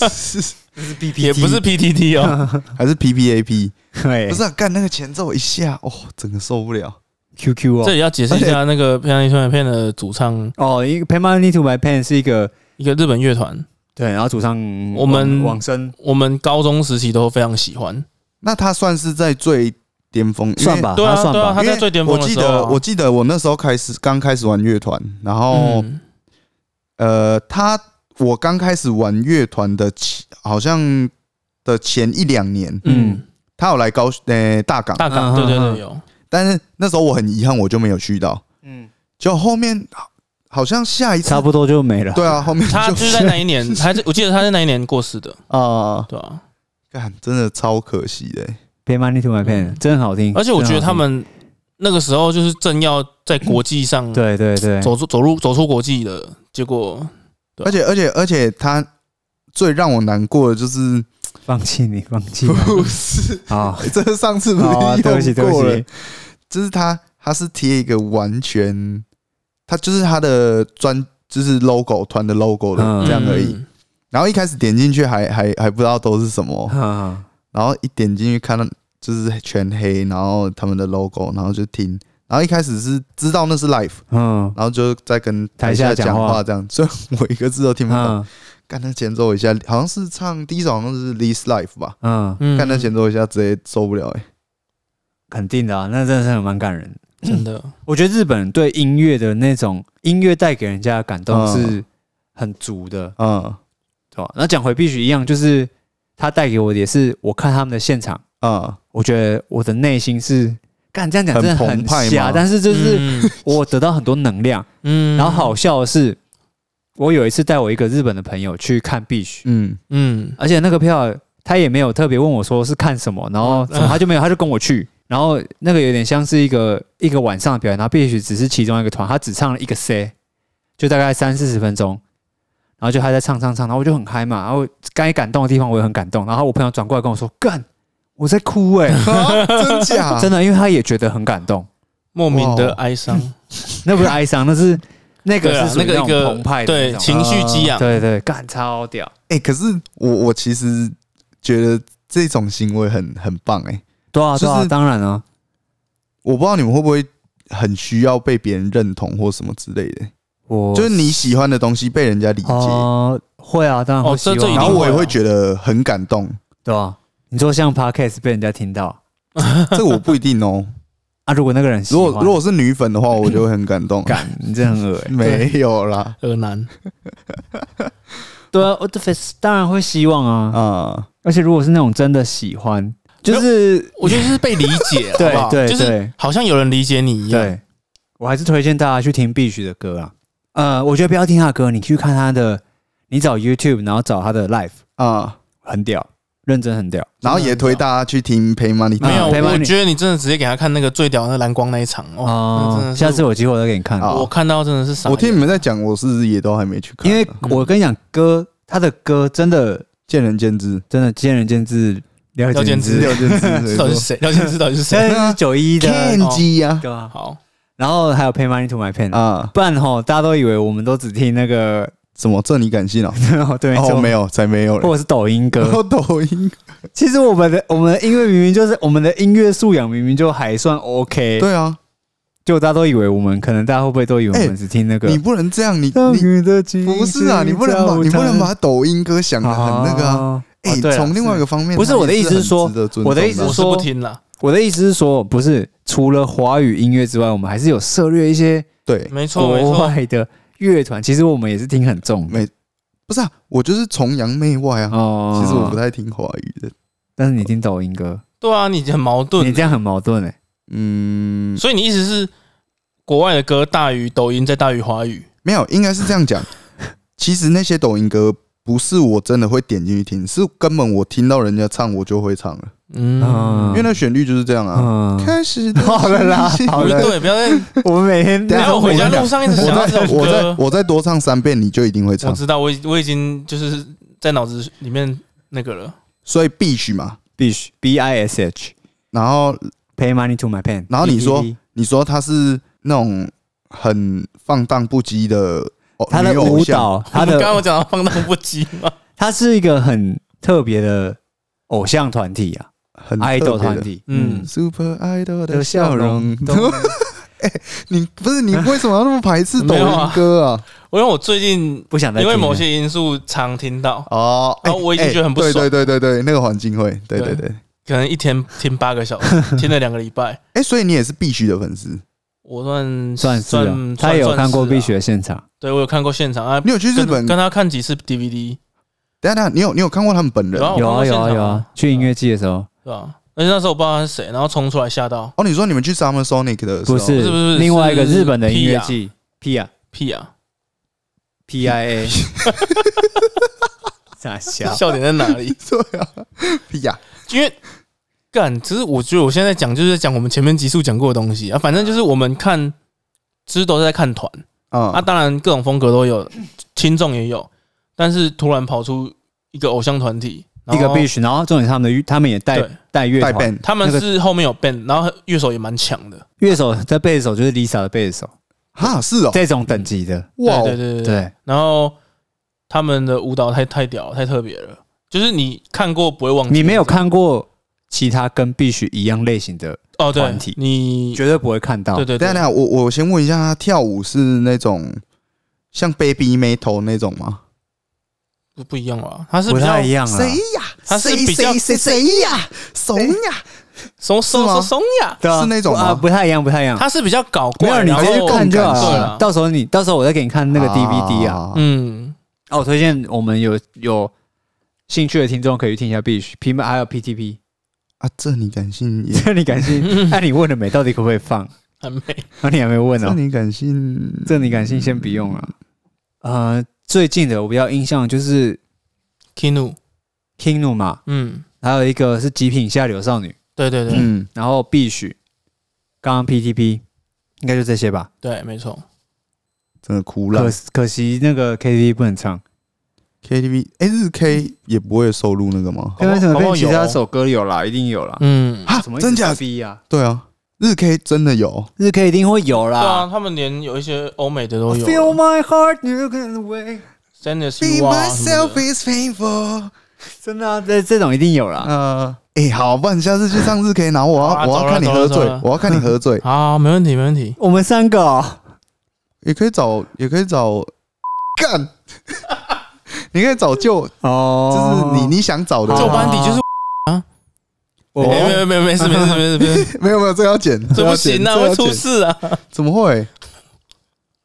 Speaker 3: 这是 PPT，
Speaker 4: 也不是 PTT 哦，
Speaker 2: 还是 PPAP？
Speaker 3: 对，
Speaker 2: 不是啊，干那个前奏一下，哦，整个受不了。
Speaker 3: QQ
Speaker 4: 这
Speaker 3: 哦。
Speaker 4: 里要解释一下那个《偏爱宣传片》的主唱，
Speaker 3: 哦，一个 Pen Money to My Pen 是一个
Speaker 4: 一个日本乐团，
Speaker 3: 对，然后主唱
Speaker 4: 我们
Speaker 3: 往生
Speaker 4: 我们高中时期都非常喜欢。
Speaker 2: 那他算是在最巅峰，因为
Speaker 3: 算吧，
Speaker 4: 对
Speaker 3: 他
Speaker 4: 啊
Speaker 3: 算
Speaker 4: 对啊
Speaker 3: 吧，
Speaker 4: 他在最巅峰的
Speaker 2: 我记
Speaker 4: 时候
Speaker 2: 得，
Speaker 4: 啊
Speaker 2: 我记得我那时候开始刚开始玩乐团，然
Speaker 3: 哦
Speaker 2: 后、
Speaker 4: 嗯
Speaker 2: 呃，他我刚开始玩乐团的前，好像的前一两年，
Speaker 4: 嗯，
Speaker 2: 他有来高呃大港，
Speaker 4: 大港，
Speaker 3: 嗯
Speaker 4: 对对
Speaker 3: 嗯嗯
Speaker 4: 对，有
Speaker 2: 但是那时候我很遗憾，我就没有去到。
Speaker 3: 嗯，
Speaker 2: 就后面好好像下一次
Speaker 3: 差不多就没了。
Speaker 2: 对啊，后面
Speaker 4: 他
Speaker 2: 就
Speaker 4: 就是在那一年，他是我记得他是那一年过世的，
Speaker 2: 啊，
Speaker 4: 对啊。
Speaker 2: 干、真的超可惜的、
Speaker 3: Pen Money to My Pen 真好听，
Speaker 4: 而且我觉
Speaker 3: 真
Speaker 4: 得
Speaker 3: 好听
Speaker 4: 他们那个时候就是正要在国际上
Speaker 3: 对对对，
Speaker 4: 走出走入走出国际的，结果对啊
Speaker 2: 而且而且而且他最让我难过的 就是
Speaker 3: 放弃你，放弃我
Speaker 2: 不是，
Speaker 3: 啊！
Speaker 2: 这个上次不是
Speaker 3: 好啊，对不起，
Speaker 2: 用
Speaker 3: 对不
Speaker 2: 过了
Speaker 3: 起，，
Speaker 2: 就是他他是贴一个完全，他就是他的专就是 logo 团的 logo 的、
Speaker 3: 嗯
Speaker 2: 这样而已。
Speaker 4: 嗯
Speaker 2: 然后一开始点进去还还还不知道都是什么，
Speaker 3: 啊，
Speaker 2: 然后一点进去看到就是全黑，然后他们的 logo，然后就听。然后一开始是知道那是 l i f e
Speaker 3: 嗯
Speaker 2: 然后就在跟台
Speaker 3: 台
Speaker 2: 下
Speaker 3: 下讲
Speaker 2: 讲
Speaker 3: 话
Speaker 2: 话这样，所以我一个字都听不懂。
Speaker 3: 嗯
Speaker 2: 干那前奏一下，好像是唱第一首好像是 Lee's Life 吧，
Speaker 3: 嗯，
Speaker 4: 嗯
Speaker 2: 干那前奏一下直接受不了哎、
Speaker 3: 肯定的啊，那真的是很蛮感人的。
Speaker 4: 真的，
Speaker 3: 我觉得日本人对音乐的那种音乐带给人家的感动
Speaker 2: 嗯
Speaker 3: 是很足的，
Speaker 2: 嗯
Speaker 3: 对吧？那讲回必须一样，就是他带给我的也是我看他们的现场，
Speaker 2: 嗯，
Speaker 3: 我觉得我的内心是。干这样讲真的
Speaker 2: 很
Speaker 3: 很
Speaker 2: 澎湃
Speaker 3: 瞎，
Speaker 2: 吗
Speaker 3: 但是就是
Speaker 4: 嗯
Speaker 3: 我得到很多能量。
Speaker 4: 嗯
Speaker 3: 然后好，笑的是，我有一次带我一个日本的朋友去看必须，
Speaker 2: 嗯
Speaker 4: 嗯，
Speaker 3: 而且那个票他也没有特别问我说是看什么，
Speaker 2: 嗯
Speaker 3: 然后什么他就没有，他就跟我去。然后那个有点像是一个一个晚上的表演，然后必须只是其中一个团，他只唱了一个 C，就大概三四十分钟，然后就他在唱唱唱，然后我就很嗨嘛，然后该感动的地方我也很感动，然后我朋友转过来跟我说：“干，我在哭 哎、
Speaker 2: 啊真假？
Speaker 3: 真的，因为他也觉得很感动，
Speaker 4: 莫名的哀伤，
Speaker 3: 那不是哀伤，那是那
Speaker 4: 对
Speaker 3: 个
Speaker 4: 啊
Speaker 3: 是属于
Speaker 4: 那个
Speaker 3: 种
Speaker 4: 一个
Speaker 3: 澎湃的
Speaker 4: 对
Speaker 2: 啊
Speaker 3: 那种啊
Speaker 4: 情绪激昂
Speaker 3: 对对，干超屌，
Speaker 2: 哎、可是我我其实觉得这种行为很很棒哎、
Speaker 3: 对啊对
Speaker 2: 就
Speaker 3: 啊，
Speaker 2: 是
Speaker 3: 当然啊，
Speaker 2: 我不知道你们会不会很需要被别人认同或什么之类的欸、
Speaker 3: 我
Speaker 2: 就是你喜欢的东西被人家理解，
Speaker 3: 哦，会啊，当然会
Speaker 4: 哦
Speaker 3: 希望
Speaker 4: 这这一定
Speaker 2: 然
Speaker 3: 然
Speaker 2: 后
Speaker 3: 后
Speaker 2: 我也
Speaker 4: 会啊
Speaker 2: 会觉得很感动。
Speaker 3: 对啊，你说像 podcast 被人家听到
Speaker 2: 这我不一定 哦。
Speaker 3: 啊，如果那个人喜
Speaker 2: 如
Speaker 3: 欢
Speaker 2: 果如果是女粉的话，我就会很感动。啊
Speaker 3: 干，你真的很恶欸
Speaker 2: 没有啦，
Speaker 4: 而男，
Speaker 3: 对啊，我的 face 当然会希望啊，
Speaker 2: 啊、
Speaker 3: 而且如果是那种真的喜欢，就是
Speaker 4: 我觉得是被理解，啊好
Speaker 3: 对
Speaker 4: 不好
Speaker 3: 对
Speaker 4: 就是
Speaker 3: 对
Speaker 4: 好像有人理解你一样，
Speaker 3: 对，我还是推荐大家去听必须的歌啊。呃，我觉得不要听他的歌，你去看他的，你找 YouTube，然后找他的 live，
Speaker 2: 啊、
Speaker 3: 很屌，认真很屌。
Speaker 2: 然后也推大家去听《Pay Money》。
Speaker 4: 没有，
Speaker 3: 陪伴
Speaker 4: 我
Speaker 3: 你
Speaker 4: 觉得你真的直接给他看那个最屌的那蓝光那一场哦，那真
Speaker 3: 哦
Speaker 4: 的，是
Speaker 3: 下次我有机会我再给你看。
Speaker 2: 好
Speaker 4: 我看到真的是傻眼，
Speaker 2: 我听你们在讲，我是也都还没去看，
Speaker 3: 因为我跟你讲，歌他的歌真的
Speaker 2: 见仁见智，
Speaker 3: 真的见仁见智，了解
Speaker 4: 了解
Speaker 3: 见
Speaker 2: 知
Speaker 4: 之
Speaker 3: 智。
Speaker 2: 了 见智。
Speaker 4: 到底是
Speaker 2: 谁
Speaker 4: 谁，了解知道底是谁，
Speaker 3: 现在是九一的
Speaker 2: 说 Kenji 呀
Speaker 3: 对啊，
Speaker 4: 好，
Speaker 3: 然后还有 Pay Money to My Pen 啊，
Speaker 2: 啊，
Speaker 3: 不然吼大家都以为我们都只听那个
Speaker 2: 什么这你敢信哦？
Speaker 3: 对
Speaker 2: 哦， 没
Speaker 3: 有，
Speaker 2: 有，才没有嘞
Speaker 3: 或。者是抖音
Speaker 2: 然
Speaker 3: 歌。
Speaker 2: 后抖音，
Speaker 3: 其实我们的我们的音乐明明就是我们的音乐素养明明就还算 OK，
Speaker 2: 对啊，
Speaker 3: 就大家都以为我们可能大家会不会都以为我们只听那个？
Speaker 2: 你不能这样，你
Speaker 3: 当
Speaker 2: 你
Speaker 3: 雨的季节
Speaker 2: 不是啊，你不能把你不能把抖音歌想的很那个啊。
Speaker 3: 哦
Speaker 2: 哎
Speaker 3: 哦，对啊
Speaker 2: 从另外一个方面，
Speaker 3: 不是
Speaker 2: 它也
Speaker 3: 我的意思
Speaker 2: 很
Speaker 3: 是说
Speaker 2: 值得尊
Speaker 3: 我的
Speaker 2: 重
Speaker 3: 意思
Speaker 2: 啊
Speaker 4: 我
Speaker 3: 是
Speaker 4: 是
Speaker 3: 说
Speaker 4: 不听了，
Speaker 3: 我的意思是说，不是除了华语音乐之外，我们还是有涉略一些
Speaker 2: 对，
Speaker 4: 没错没
Speaker 3: 国
Speaker 4: 错，
Speaker 3: 外的乐团。其实我们也是听很重的
Speaker 2: 没不是啊，我就是崇洋媚外啊。
Speaker 3: 哦。
Speaker 2: 其实我不，太听华语的，
Speaker 3: 但是你听抖音歌，
Speaker 4: 对啊，你很矛盾
Speaker 3: 你，这样很矛盾哎。
Speaker 2: 嗯，
Speaker 4: 所以你意思是国外的歌大于抖音，再大于华语？
Speaker 2: 没有，应该是这样 讲。其实那些抖音歌不是我真的会点进去听，是根本我听到人家唱我就会唱了，
Speaker 4: 嗯，
Speaker 2: 因
Speaker 3: 嗯
Speaker 2: 为那旋律就是这样啊。
Speaker 3: 嗯，
Speaker 2: 开 始
Speaker 3: 好了啦好
Speaker 4: 不
Speaker 3: 了
Speaker 4: 对，不要再，
Speaker 3: 我们每天
Speaker 2: 等一
Speaker 4: 然
Speaker 2: 下
Speaker 4: 后回家路上一直想 到
Speaker 2: 我
Speaker 4: 这
Speaker 2: 再
Speaker 4: 首
Speaker 2: 我再
Speaker 4: 歌。
Speaker 2: 我再多唱三遍，你就一定会
Speaker 4: 我
Speaker 2: 唱。
Speaker 4: 知道，我已我已经就是在脑子里面那个了。
Speaker 2: 所以必须嘛。
Speaker 3: 必须 B I S H
Speaker 2: 然后
Speaker 3: pay money to my pen。
Speaker 2: 然后你说
Speaker 3: PPP
Speaker 2: 你说他是那种很放荡不羁的哦
Speaker 3: 他的
Speaker 2: 女偶
Speaker 3: 舞
Speaker 2: 像，
Speaker 3: 蹈，
Speaker 4: 我
Speaker 3: 他
Speaker 4: 们刚刚有
Speaker 3: 的
Speaker 4: 讲到放荡不羁嘛，
Speaker 3: 他是一个很特别的偶像团体啊
Speaker 2: 很
Speaker 3: ，idol
Speaker 2: 嗯特别
Speaker 3: 团
Speaker 2: 的
Speaker 3: 体
Speaker 4: 嗯，
Speaker 2: Super Idol
Speaker 3: 的
Speaker 2: 的
Speaker 3: 笑
Speaker 2: 笑
Speaker 3: 容
Speaker 2: 容。。 你不是你为什么要那么排 斥抖
Speaker 4: 没有啊
Speaker 2: 音歌啊？
Speaker 4: 我因为我最近
Speaker 3: 不想再
Speaker 4: 因为
Speaker 3: 听
Speaker 4: 某
Speaker 3: 了
Speaker 4: 些因素常听到，
Speaker 2: 哦，哎
Speaker 4: 啊我已经
Speaker 2: 哎
Speaker 4: 觉得很不爽
Speaker 2: 对对对对对，那个环境会，对对对。
Speaker 4: 可能一天听八个 小时，听了两个礼拜，
Speaker 2: 哎，所以你也是必须的粉丝，
Speaker 4: 我算
Speaker 3: 算是啊
Speaker 4: 算
Speaker 3: 他也有看过碧，
Speaker 4: 算是啊
Speaker 3: 雪现场，
Speaker 4: 对我有看过现场啊，
Speaker 2: 你有去日
Speaker 4: 跟
Speaker 2: 本？
Speaker 4: 跟他看几次 DVD，
Speaker 2: 等一下等一下，你有你有看过他们本人？
Speaker 4: 有啊
Speaker 2: 哦，
Speaker 4: 我
Speaker 3: 有
Speaker 4: 看
Speaker 3: 啊有啊
Speaker 4: 过现场
Speaker 3: 有啊
Speaker 4: 啊，
Speaker 3: 去音乐季的时候
Speaker 4: 对吧？而且那时候我不知道他是谁，然后冲出来吓到
Speaker 2: 哦你说你们去 Summer Sonic 的时候
Speaker 3: 不是
Speaker 4: 不是不是
Speaker 3: 另外一个
Speaker 4: 是
Speaker 3: 日本的音乐季 P 啊
Speaker 4: 屁啊！
Speaker 3: P I A，傻 笑，
Speaker 4: 笑点在哪里？
Speaker 2: 对啊， 呀，
Speaker 4: 因为干，其实我觉得我现在在讲就是在讲我们前面集数讲过的东西啊，反正就是我们看，其实都是在看团啊，
Speaker 2: 啊，
Speaker 4: 当然各种风格都有，轻重也有，但是突然跑出一个偶像团体，然
Speaker 3: 一
Speaker 4: 后
Speaker 3: 个 Beach，然后重点是他们的乐他们也带
Speaker 4: 对
Speaker 3: 带乐
Speaker 2: 带
Speaker 3: 团，
Speaker 2: band
Speaker 4: 他们
Speaker 3: 那个
Speaker 4: 是后面有 band，然后乐手也蛮强的，
Speaker 3: 乐手在贝斯手就是 Lisa 的贝斯手，
Speaker 2: 哈是哦，
Speaker 3: 这种等级的，
Speaker 2: 哇哦，
Speaker 4: 对对对对，
Speaker 3: 对，
Speaker 4: 然后他们的舞蹈太太屌了，太特别了，就是你看过不会忘记，
Speaker 3: 你没有看过其他跟必须一样类型的，
Speaker 4: 哦，对
Speaker 3: 团体，
Speaker 4: 你
Speaker 3: 绝对不会看到
Speaker 4: 对。对
Speaker 2: 等一下等一
Speaker 4: 对，
Speaker 2: 下，我我先问一下，他跳舞是那种像 Baby Metal 那种吗？
Speaker 4: 不不一样啊，他是
Speaker 3: 不
Speaker 4: 比较
Speaker 3: 太一样啊，
Speaker 2: 呀？
Speaker 4: 他是比较
Speaker 2: 谁谁呀？怂呀？
Speaker 4: 松松
Speaker 2: 是吗
Speaker 4: 松松呀，
Speaker 3: 对啊
Speaker 2: 是那种吗
Speaker 3: 啊，不太一样，不太一样。
Speaker 4: 他是比较搞
Speaker 3: 没
Speaker 4: 怪，
Speaker 3: 有，你
Speaker 4: 然后
Speaker 3: 直接去看就好
Speaker 2: 对
Speaker 3: 了
Speaker 4: 啊。
Speaker 3: 到时候你到时候我再给你看那个 DVD 啊。
Speaker 2: 啊
Speaker 4: 嗯，
Speaker 3: 哦，我推荐我们有有兴趣的听众可以去听一下 B H P 还有 P T P。
Speaker 2: 啊，这你敢 信也？
Speaker 3: 这你感兴 趣？那你问了没？到底可不可以放？
Speaker 4: 很美。
Speaker 3: 啊，你还没问
Speaker 2: 这
Speaker 3: 哦。
Speaker 2: 你敢信？
Speaker 3: 这你感兴趣先不用了。呃，最近的我比较印象就是
Speaker 4: Kinu，
Speaker 3: Kinu 嘛，
Speaker 4: 嗯，
Speaker 3: 还有一个是极品下流少女，
Speaker 4: 对对对
Speaker 2: 嗯，
Speaker 3: 然后必须，刚刚 P T P，应该就这些吧。
Speaker 4: 对，没错，
Speaker 2: 真的哭
Speaker 3: 可
Speaker 2: 了。
Speaker 3: 可惜那个 K T V 不能唱，
Speaker 2: KTV 哎，日 K 也不会收录那个吗？
Speaker 4: 搞不好
Speaker 3: KTV 怎么
Speaker 4: 搞不
Speaker 3: 变
Speaker 4: 好
Speaker 3: 其
Speaker 4: 有
Speaker 3: 他
Speaker 4: 哦
Speaker 3: 首歌有啦，一定有啦。
Speaker 4: 嗯，
Speaker 2: 哈
Speaker 3: 怎啊么，
Speaker 2: 真假？
Speaker 3: B 啊？
Speaker 2: 对啊，日 K 真的有。
Speaker 3: 日 K 一定会有
Speaker 4: 对啊，
Speaker 3: 啦。
Speaker 4: 他们连有一些欧美的都有
Speaker 3: Feel my heart, you can away。
Speaker 4: ，Send us
Speaker 2: Be
Speaker 4: you are 什
Speaker 2: myself
Speaker 4: 么的
Speaker 2: is painful。
Speaker 3: 真的啊，这这种一定有啦。
Speaker 2: 呃，哎，好，不然你下次去上日 K，然后我
Speaker 4: 好啊
Speaker 2: 要我要
Speaker 4: 走了
Speaker 2: 看你
Speaker 4: 走了
Speaker 2: 喝
Speaker 4: 走
Speaker 2: 醉
Speaker 4: 了，
Speaker 2: 我要看你喝醉。
Speaker 4: 好，没问题，没问题。
Speaker 3: 我们三个哦，
Speaker 2: 也可以找，也可以找干，你可以找旧，
Speaker 3: 哦
Speaker 2: 就是你你想找的
Speaker 3: 好
Speaker 4: 旧
Speaker 3: 吧
Speaker 4: 班底就是
Speaker 3: 我
Speaker 4: 哎没有没有没事没事没事没 事，
Speaker 2: 没有没有，这个要剪，
Speaker 4: 这不行
Speaker 2: 啊，这
Speaker 4: 啊，
Speaker 2: 个
Speaker 4: 会
Speaker 2: 要
Speaker 4: 出
Speaker 2: 剪
Speaker 4: 事啊。
Speaker 2: 怎么会？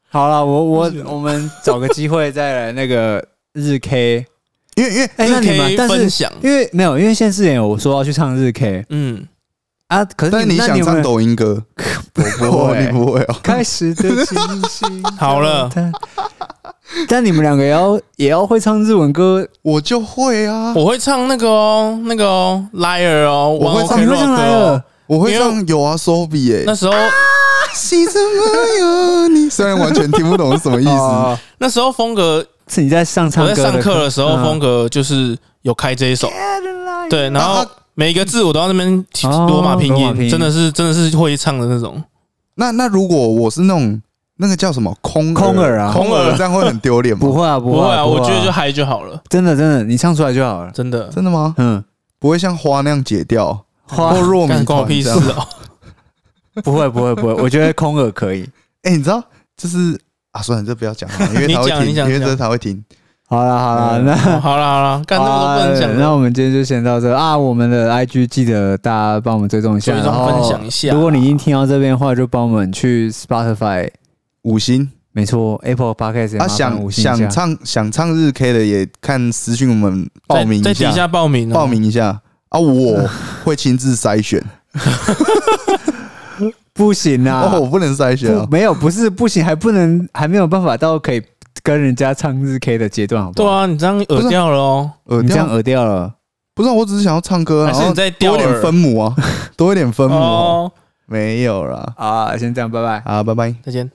Speaker 3: 好了，我我我们找个机会再来那个日 K。
Speaker 2: 因为因为
Speaker 3: 哎，那你
Speaker 4: 可
Speaker 3: 们
Speaker 4: 以
Speaker 3: 但
Speaker 4: 分
Speaker 3: 是
Speaker 4: 享，
Speaker 3: 因为没有，因为现实演员我说要去唱日 K
Speaker 4: 嗯，
Speaker 3: 啊，可
Speaker 2: 但
Speaker 3: 是
Speaker 2: 是你
Speaker 3: 那
Speaker 2: 想
Speaker 3: 有没
Speaker 2: 唱
Speaker 3: 有
Speaker 2: 抖音歌，
Speaker 3: 不
Speaker 2: 哦，
Speaker 3: 会
Speaker 2: 你不会哦。
Speaker 3: 开始的清醒
Speaker 4: 好了，
Speaker 3: 但你们两个也要也要会唱日文歌，
Speaker 2: 我就会啊，
Speaker 4: 我会唱那个哦，那个哦，Liar 哦，
Speaker 2: 我会
Speaker 4: One
Speaker 2: 唱
Speaker 4: Ok
Speaker 3: 你会唱
Speaker 4: Rock
Speaker 3: 来
Speaker 4: 哦
Speaker 3: 了。
Speaker 2: 我会
Speaker 4: 因
Speaker 2: 唱有啊 s o b i
Speaker 4: 那
Speaker 2: 哎，
Speaker 4: 时候
Speaker 2: 西怎么有你？虽然完全听不懂是什么意思，
Speaker 3: 哦
Speaker 4: 那时候风格，
Speaker 3: 是你在上唱
Speaker 4: 我
Speaker 3: 歌
Speaker 4: 在上课的时候
Speaker 3: 嗯
Speaker 4: 风格就是有开这一首，对，然
Speaker 2: 啊
Speaker 4: 后
Speaker 2: 啊
Speaker 4: 每一个字我都要那边提
Speaker 3: 哦
Speaker 4: 罗马拼
Speaker 3: 罗马拼音
Speaker 4: 音，真的是真的是会唱的那种。
Speaker 2: 那那如果我是那种那个叫什么空
Speaker 3: 空耳啊
Speaker 2: 空
Speaker 4: 空
Speaker 2: 耳
Speaker 4: 耳
Speaker 2: 这样会很丢脸
Speaker 3: 不
Speaker 2: 吗？
Speaker 3: 会啊，不
Speaker 4: 不
Speaker 3: 会
Speaker 4: 会啊，
Speaker 3: 不
Speaker 4: 我
Speaker 3: 会
Speaker 4: 觉得就嗨就好了，
Speaker 3: 真的真的，你唱出来就好了。
Speaker 4: 真的。
Speaker 2: 真的吗？
Speaker 3: 嗯，
Speaker 2: 不会像花那样解掉，
Speaker 3: 花
Speaker 2: 或糯
Speaker 4: 干
Speaker 2: 米
Speaker 4: 关我
Speaker 2: 团
Speaker 4: 屁
Speaker 2: 这
Speaker 4: 事
Speaker 2: 样
Speaker 4: 哦！
Speaker 3: 不会不会不会，我觉得空耳可以。
Speaker 2: 哎、你知道，就是啊，算了，这不要讲了，因为
Speaker 4: 你
Speaker 2: 他会
Speaker 4: 讲
Speaker 2: 听，
Speaker 4: 你讲
Speaker 2: 因为
Speaker 4: 你讲
Speaker 2: 这他会听。
Speaker 3: 好了好了，
Speaker 2: 嗯
Speaker 3: 啊那
Speaker 4: 哦好啦好啦，干那么多不能
Speaker 3: 好
Speaker 4: 讲
Speaker 3: 啦那
Speaker 4: 的，
Speaker 3: 我们今天就先到这啊。我们的 IG 记得大家帮我们追踪一下，
Speaker 4: 所以
Speaker 3: 然
Speaker 4: 说
Speaker 3: 后
Speaker 4: 分享一下。
Speaker 3: 如果你已经听到这边的话，就帮我们去 Spotify，
Speaker 2: 五星
Speaker 3: 没错，Apple Podcast 也
Speaker 2: 啊，
Speaker 3: 麻烦
Speaker 2: 想
Speaker 3: 五星一下
Speaker 2: 想唱想唱日 K 的也看私讯我们报
Speaker 4: 在
Speaker 2: 名
Speaker 4: 在
Speaker 2: 一
Speaker 4: 底
Speaker 2: 下，
Speaker 4: 下报名哦
Speaker 2: 报，名一下啊，我 会亲自筛选
Speaker 3: 不行啊，
Speaker 2: 哦，我不能筛选
Speaker 3: 不
Speaker 2: 啊，
Speaker 3: 没有不是不行，还不能还没有办法到可以跟人家唱日 K 的阶段，好不
Speaker 4: 对
Speaker 3: 好？啊
Speaker 4: 啊，你这样耳掉了哦，
Speaker 2: 呃，
Speaker 3: 你这
Speaker 2: 这
Speaker 3: 样
Speaker 2: 样
Speaker 3: 耳掉了，
Speaker 2: 不是啊，我只是想要唱歌，
Speaker 4: 还
Speaker 2: 然
Speaker 4: 是
Speaker 2: 后
Speaker 4: 你在
Speaker 2: 多
Speaker 4: 掉
Speaker 2: 一点
Speaker 4: 耳
Speaker 2: 分 母啊，多一点分母啊，
Speaker 4: 哦？
Speaker 2: 没有啦，
Speaker 3: 啊，先这样，拜拜。
Speaker 2: 啊，拜拜。
Speaker 4: 再见。